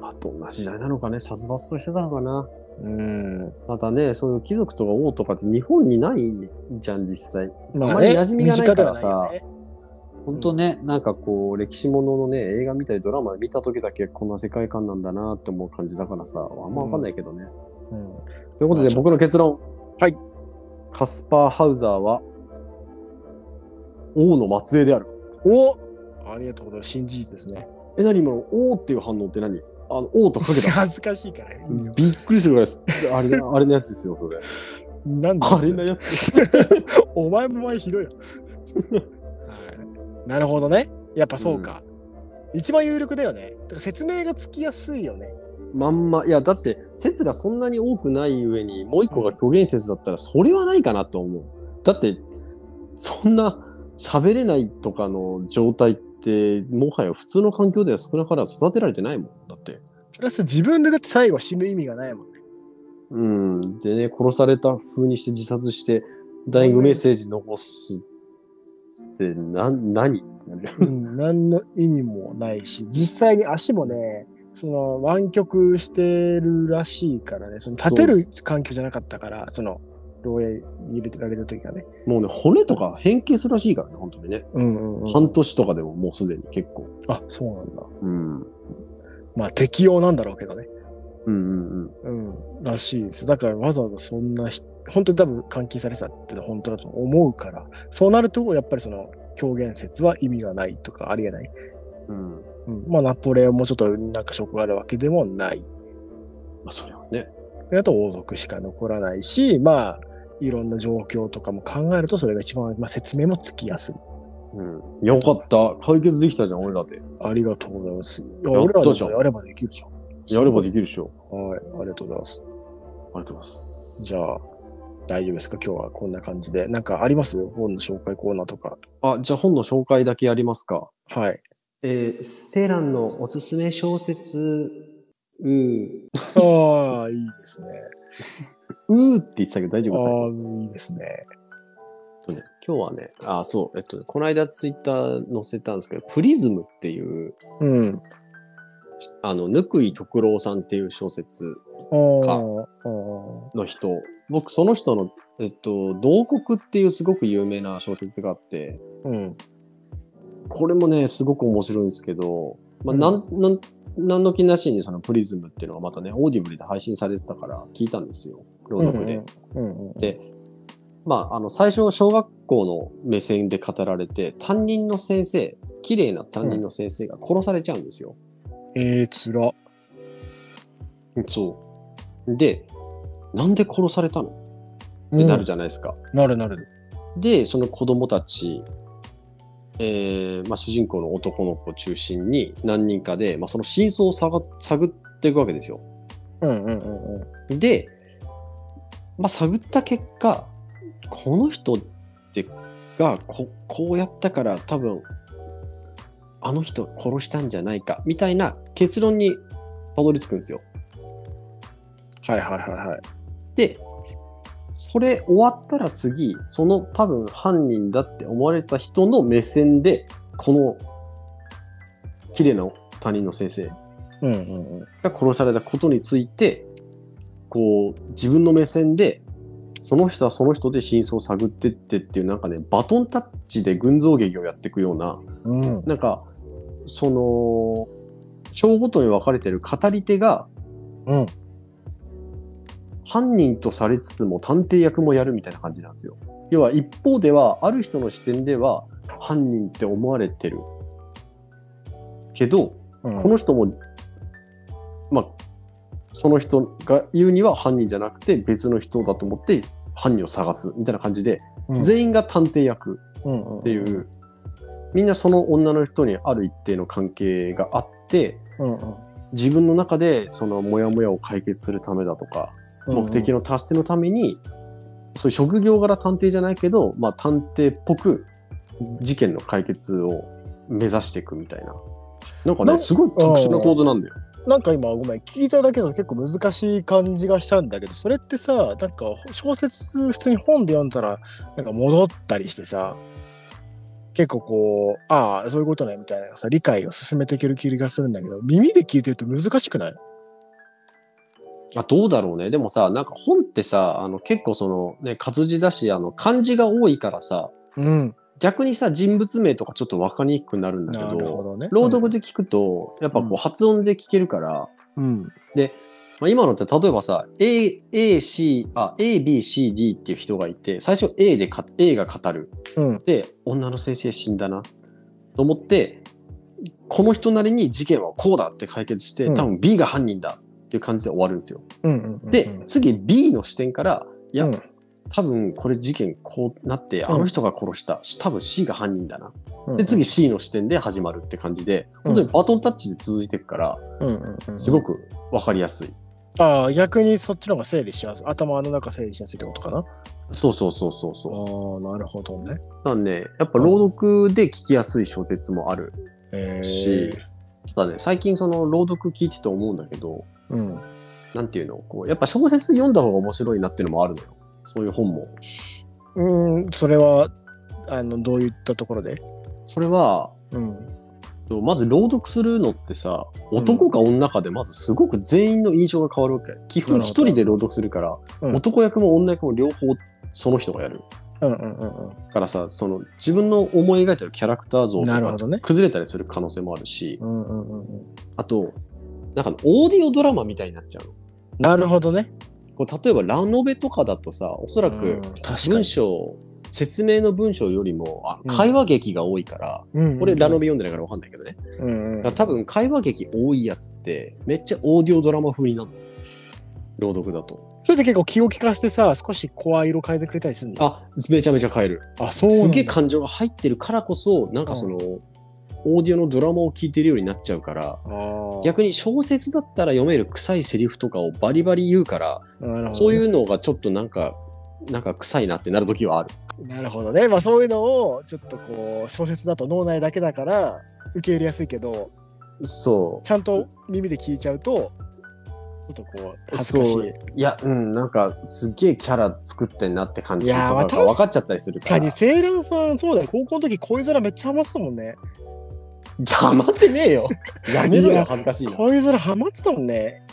Speaker 1: あと同じ時代なのかね、殺伐としてたのかな。
Speaker 2: うん。
Speaker 1: またね、そういう貴族とか王とかって日本にないじゃん、実際。
Speaker 2: ま
Speaker 1: あ
Speaker 2: あ
Speaker 1: まり
Speaker 2: ね、
Speaker 1: 馴染みがないからさ
Speaker 2: 身近ではないよね
Speaker 1: 本当ね、なんかこう、歴史もののね、映画見たりドラマ見た時だけこんな世界観なんだなって思う感じだからさ、あんまわかんないけどね。
Speaker 2: うん。
Speaker 1: ということ
Speaker 2: まあ
Speaker 1: で、
Speaker 2: ちょっと
Speaker 1: 僕の結論。
Speaker 2: はい。
Speaker 1: カスパー・ハウザーは、王の末裔である。
Speaker 2: おありがとうございます。新事実ですね。
Speaker 1: え、何今の王っていう反応って何あの、王とかけ た。
Speaker 2: 恥ずかしいから。いいよ
Speaker 1: びっくりするぐらいです。あれな、あれのやつですよ、それ。
Speaker 2: なんだ
Speaker 1: あれのやつ。
Speaker 2: お前もお前ひどいな。はいなるほどね。やっぱそうか。一番有力だよね。だから説明がつきやすいよね。
Speaker 1: まんま。いや、だって、説がそんなに多くない上に、もう一個が虚言説だったら、それはないかなと思う。だって、そんな、喋れないとかの状態って、もはや普通の環境では少なからず育てられてないもん。だって。
Speaker 2: プラス自分でだって最後死ぬ意味がないもんね。
Speaker 1: うん。でね、殺された風にして自殺して、ダイイングメッセージ残すって、な、何ってなる
Speaker 2: うん、何の意味もないし、実際に足もね、その湾曲してるらしいからね、その立てる環境じゃなかったから、その牢屋に入れられる時がね。
Speaker 1: もうね、骨とか変形するらしいからね、本当にね。
Speaker 2: うんうんうん。
Speaker 1: 半年とかでももうすでに結構。
Speaker 2: あ、そうなんだ。
Speaker 1: うん。
Speaker 2: まあ適用なんだろうけどね。
Speaker 1: うんうんうん。
Speaker 2: うん。らしいです。だからわざわざそんなひ、本当に多分監禁されてたってのは本当だと思うから、そうなると、やっぱりその表現説は意味がないとかありえない。
Speaker 1: うん。ま
Speaker 2: うん、まあナポレオンもちょっとなんか職があるわけでもない。
Speaker 1: あ、それはね。
Speaker 2: であと王族しか残らないし、まあいろんな状況とかも考えるとそれが一番、まあ、説明もつきやすい。
Speaker 1: うん。よかった。解決できたじゃん、俺らで。
Speaker 2: ありがとうございます。いや
Speaker 1: やっ
Speaker 2: 俺ら
Speaker 1: たじゃん
Speaker 2: でやればできるじゃん。
Speaker 1: やればできるでしょ。
Speaker 2: はい、ありがとうございます。
Speaker 1: ありがとうございます。
Speaker 2: じゃあ、大丈夫ですか今日はこんな感じで。なんかあります本の紹介コーナーとか。
Speaker 1: あ。あ、じゃあ本の紹介だけやりますか。
Speaker 2: はい。
Speaker 1: えー、セーランのおすすめ小説、うー。
Speaker 2: ああ、いいですね。
Speaker 1: うーって言ってたけど大丈
Speaker 2: あ
Speaker 1: 夫ですか
Speaker 2: あ、いいですね。
Speaker 1: えっとね今日はね、あ、そう、えっとね、この間ツイッター載せたんですけど、プリズムっていう、
Speaker 2: うん。
Speaker 1: あの、ぬくい徳郎さんっていう小説
Speaker 2: あ
Speaker 1: か
Speaker 2: あ、あ
Speaker 1: の人、僕その人の、えっと、慟国っていうすごく有名な小説があって、
Speaker 2: あ、うん。
Speaker 1: これもね、すごく面白いんですけど、まあ、
Speaker 2: うん
Speaker 1: なん、なん、なんの気なしにそのプリズムっていうのがまたね、オーディブルで配信されてたから聞いたんですよ。朗読で。
Speaker 2: うんうん。
Speaker 1: まあ、あの、最初、小学校の目線で語られて、担任の先生、綺麗な担任の先生が殺されちゃうんですよ。
Speaker 2: ええー、つら。
Speaker 1: そう。で、なんで殺されたのってなるじゃないですか。
Speaker 2: うんなるなる。
Speaker 1: で、その子供たち、えーまあ、主人公の男の子を中心に何人かで、まあ、その真相を探探っていくわけですよ。
Speaker 2: うんうんうんうん。
Speaker 1: で、まあ、探った結果この人ってがここうやったから多分あの人殺したんじゃないかみたいな結論にたどり着くんですよ。
Speaker 2: はいはいはいはい。
Speaker 1: でそれ終わったら次その多分犯人だって思われた人の目線でこの綺麗な他人の先生
Speaker 2: うんうんうん。
Speaker 1: が殺されたことについてこう自分の目線でその人はその人で真相を探ってってっていうなんかねバトンタッチで群像劇をやっていくような
Speaker 2: うん。
Speaker 1: なんかその章ごとに分かれてる語り手が
Speaker 2: うん。
Speaker 1: 犯人とされつつも探偵役もやるみたいな感じなんですよ。要は一方ではある人の視点では犯人って思われてるけど
Speaker 2: うん
Speaker 1: この人も、まあ、その人が言うには犯人じゃなくて別の人だと思って犯人を探すみたいな感じで、
Speaker 2: うん
Speaker 1: 全員が探偵役
Speaker 2: うんうん
Speaker 1: っていう、。みんなその女の人にある一定の関係があって、
Speaker 2: うんうん
Speaker 1: 自分の中でそのモヤモヤを解決するためだとか、
Speaker 2: うん。
Speaker 1: 目的の達成のために、そういう職業柄探偵じゃないけど、まあ探偵っぽく事件の解決を目指していくみたいな。なんか
Speaker 2: な
Speaker 1: ね、すごい特殊な構図なんだよ。
Speaker 2: なんか今ごめん聞いただけだと結構難しい感じがしたんだけどそれってさなんか小説普通に本で読んだらなんか戻ったりしてさ結構こうああそういうことねみたいなさ理解を進めていける気がするんだけど耳で聞いてると難しくない
Speaker 1: あどうだろうね。でもさ、なんか本ってさ、あの結構そのね、活字だし、あの漢字が多いからさ、
Speaker 2: うん
Speaker 1: 逆にさ、人物名とかちょっと分かりにくくなるんだけ
Speaker 2: な
Speaker 1: ど、
Speaker 2: るほどね
Speaker 1: 朗読で聞くと、やっぱこ
Speaker 2: う
Speaker 1: うん発音で聞けるから、
Speaker 2: うん
Speaker 1: まあ、今のって例えばさ、A、A、C、あ、A、B、C、D っていう人がいて、最初 A でか、A が語る。
Speaker 2: うん
Speaker 1: で、女の先生死んだな。と思って、この人なりに事件はこうだって解決して、
Speaker 2: うん
Speaker 1: 多分 B が犯人だっていう感じで終わるんですよ。
Speaker 2: うんうんうん
Speaker 1: で、
Speaker 2: うん
Speaker 1: 次 B の視点から、いや、
Speaker 2: うん
Speaker 1: 多分これ事件こうなって、あの人が殺した、し多分 C が犯人だな。で、次 C の視点で始まるって感じで、
Speaker 2: うん
Speaker 1: 本当にバトンタッチで続いていくから、
Speaker 2: うんうんうん
Speaker 1: すごくわかりやすい。
Speaker 2: ああ逆にそっちの方が整理しやすい頭の中整理しやすいってことかなあ
Speaker 1: そうそうそうそうそ
Speaker 2: あなるほどね
Speaker 1: う。なんで、やっぱ朗読で聞きやすい小説もある
Speaker 2: ええ
Speaker 1: し、ただね、最近その朗読聞いてて思うんだけど、
Speaker 2: うん
Speaker 1: なんていうのこう、やっぱ小説読んだ方が面白いなっていうのもあるのよ。そういう本も。
Speaker 2: うーん、それは、あの、どういったところで
Speaker 1: それは、
Speaker 2: うん。
Speaker 1: そうまず朗読するのってさ男か女かでまずすごく全員の印象が変わるわけ、基本
Speaker 2: なる
Speaker 1: 一
Speaker 2: ほど
Speaker 1: 人で朗読するから、
Speaker 2: うん
Speaker 1: 男役も女役も両方その人がやる
Speaker 2: うんうんうんうん。
Speaker 1: からさその自分の思い描いてるキャラクター像
Speaker 2: なるほど
Speaker 1: が
Speaker 2: ね
Speaker 1: 崩れたりする可能性もあるし、
Speaker 2: うんうんうんうん。
Speaker 1: あとなんかオーディオドラマみたいになっちゃうの
Speaker 2: なるほどね。
Speaker 1: これ例えばラノベとかだとさおそら
Speaker 2: う
Speaker 1: く
Speaker 2: ん確か
Speaker 1: 文
Speaker 2: に。
Speaker 1: 章説明の文章よりもあ
Speaker 2: うん
Speaker 1: 会話劇が多いから、
Speaker 2: うん
Speaker 1: 俺ラノベ読んでないから分かんないけどね
Speaker 2: うんうん
Speaker 1: だから多分会話劇多いやつってめっちゃオーディオドラマ風になるの朗読だと
Speaker 2: それで結構気を利かしてさ、少し声色変えてくれたりするんだ。
Speaker 1: あめちゃめちゃ変える
Speaker 2: あ、そ
Speaker 1: すげえ
Speaker 2: だ。
Speaker 1: 感情が入ってるからこそなんかその、オーディオのドラマを聞いてるようになっちゃうから
Speaker 2: あ
Speaker 1: 逆に小説だったら読める臭いセリフとかをバリバリ言うから、
Speaker 2: あ。
Speaker 1: そう
Speaker 2: う。
Speaker 1: いうのがちょっとなんかなんか臭いなってなる時はある
Speaker 2: なるほどね。まあそういうのを、ちょっとこう、小説だと脳内だけだから、受け入れやすいけど、
Speaker 1: そう
Speaker 2: ちゃんと耳で聞いちゃうと、ちょっとこう、恥ずかし
Speaker 1: そう
Speaker 2: い。
Speaker 1: いやうんなんかすっげえキャラ作ってんなって感じ
Speaker 2: い
Speaker 1: と
Speaker 2: やー
Speaker 1: か
Speaker 2: ま
Speaker 1: が
Speaker 2: あ
Speaker 1: 分かっちゃったりするか
Speaker 2: 確からに、セイランさん、そうだよ。高校の時、恋空めっちゃハマってたもんね。
Speaker 1: 黙ってねえよやめろ
Speaker 2: い
Speaker 1: よ
Speaker 2: や
Speaker 1: 恥ずかしいな
Speaker 2: 恋空ハマってたもんね。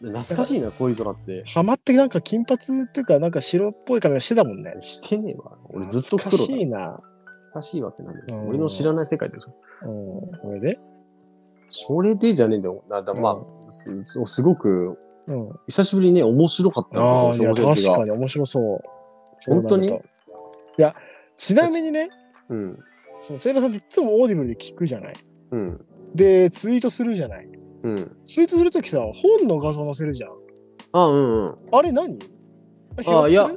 Speaker 1: 懐かしいな恋空って
Speaker 2: ハマって、なんか金髪っていうか、なんか白っぽい髪がしてたもんね。
Speaker 1: してねえわ俺ずっと黒
Speaker 2: 懐
Speaker 1: だ
Speaker 2: かしいな。
Speaker 1: 懐かしいわけなんだよ
Speaker 2: うん
Speaker 1: 俺の知らない世界でしょ
Speaker 2: うん。これで
Speaker 1: それでじゃねえんだよなだまあ、
Speaker 2: う
Speaker 1: すすごく
Speaker 2: うん。
Speaker 1: 久しぶりにね面白かった
Speaker 2: ああ、い
Speaker 1: 小
Speaker 2: や、
Speaker 1: 説が
Speaker 2: 確かに面白そう。
Speaker 1: 本当に
Speaker 2: そうなんだいや、ちなみにね、
Speaker 1: うん
Speaker 2: そのセイラさんっていつもオーディブルで聞くじゃない。
Speaker 1: うん
Speaker 2: で、ツイートするじゃない。
Speaker 1: うん
Speaker 2: ツイートするときさ、本の画像載せるじゃん。
Speaker 1: あうんうん
Speaker 2: あれ何あれ拾ってる
Speaker 1: あいや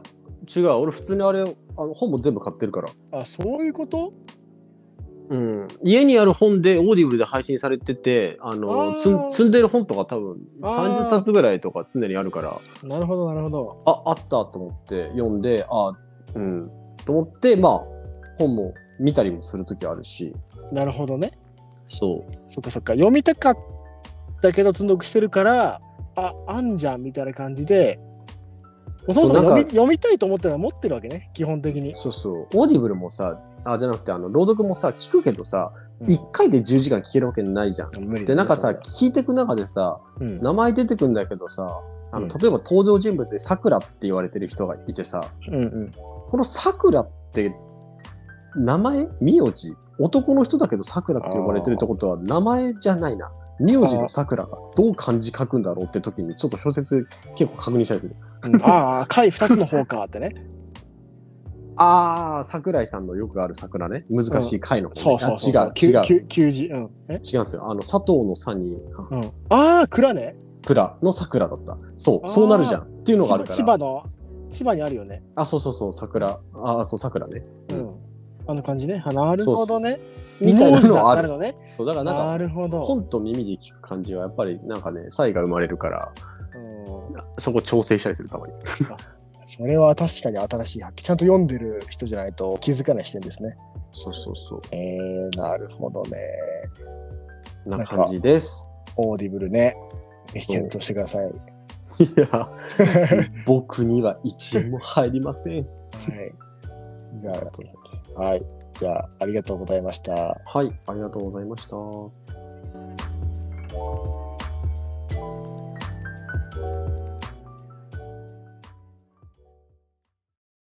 Speaker 1: 違う俺普通にあれあの本も全部買ってるから
Speaker 2: あ、そういうこと
Speaker 1: うん、家にある本でオーディブルで配信されててあの
Speaker 2: あー
Speaker 1: 積ん積んでる本とか多分
Speaker 2: あー
Speaker 1: 30冊ぐらいとか常にあるから
Speaker 2: なるほど、なるほど。
Speaker 1: ああったと思って読んであうんと思ってまあ本も見たりもする時あるし
Speaker 2: なるほどね。
Speaker 1: そう
Speaker 2: そっかそっか。読みたかったけど、積んどくしてるから、あ、あんじゃんみたいな感じで、もうそもそも
Speaker 1: そうなんか
Speaker 2: 読み読みたいと思ってるのは持ってるわけね、基本的に。
Speaker 1: そうそうオーディブルもさあじゃなくてあの朗読もさ聞くけどさ、
Speaker 2: うん
Speaker 1: 一1回で10時間聞けるわけないじゃん。
Speaker 2: 無理だね
Speaker 1: でなんかさ
Speaker 2: それは
Speaker 1: 聞いてく中でさ
Speaker 2: うん
Speaker 1: 名前出てくんだけどさあの
Speaker 2: うん
Speaker 1: 例えば登場人物でさくらって言われてる人がいてさ、
Speaker 2: うんうん。
Speaker 1: このさくらって名前名字男の人だけどさくらって呼ばれてるってことは名前じゃないな名字のさくらがどう漢字書くんだろうって時にちょっと小説結構確認したりする
Speaker 2: うんああ、回2つの方かっ てね。
Speaker 1: ああ桜井さんのよくある桜ね難しい貝の方ね、
Speaker 2: そうそうそうそう。
Speaker 1: あ違う違う
Speaker 2: きゅきゅ給仕うん。え
Speaker 1: 違うんですよあの佐藤の「さ」に
Speaker 2: うん。ああ、蔵ね。
Speaker 1: 「くら」の桜だったそう
Speaker 2: あー
Speaker 1: そうなるじゃんっていうのがある
Speaker 2: 千
Speaker 1: から
Speaker 2: 葉千葉の、千葉にあるよね。
Speaker 1: あそうそうそう桜ああそう桜ね
Speaker 2: う
Speaker 1: うん
Speaker 2: ん。あの感じね。あなるほどね。
Speaker 1: そうみたいなの
Speaker 2: 名字だ
Speaker 1: ある
Speaker 2: なるのね。
Speaker 1: そうだからなん
Speaker 2: な
Speaker 1: か
Speaker 2: るほど。
Speaker 1: 本と耳で聞く感じはやっぱりなんかね差異が生まれるから
Speaker 2: うん
Speaker 1: そこ調整したりするたまに
Speaker 2: それは確かに新しい発見。ちゃんと読んでる人じゃないと気づかない視点ですね。
Speaker 1: そうそうそう
Speaker 2: えー、なるほどね。
Speaker 1: な感じです。
Speaker 2: オーディブルね。ぜひ検討してください。
Speaker 1: いや、 僕には一円も入りません。
Speaker 2: はい。 じゃあ、はい。じゃあ、ありがとうございました。
Speaker 1: はい、ありがとうございました。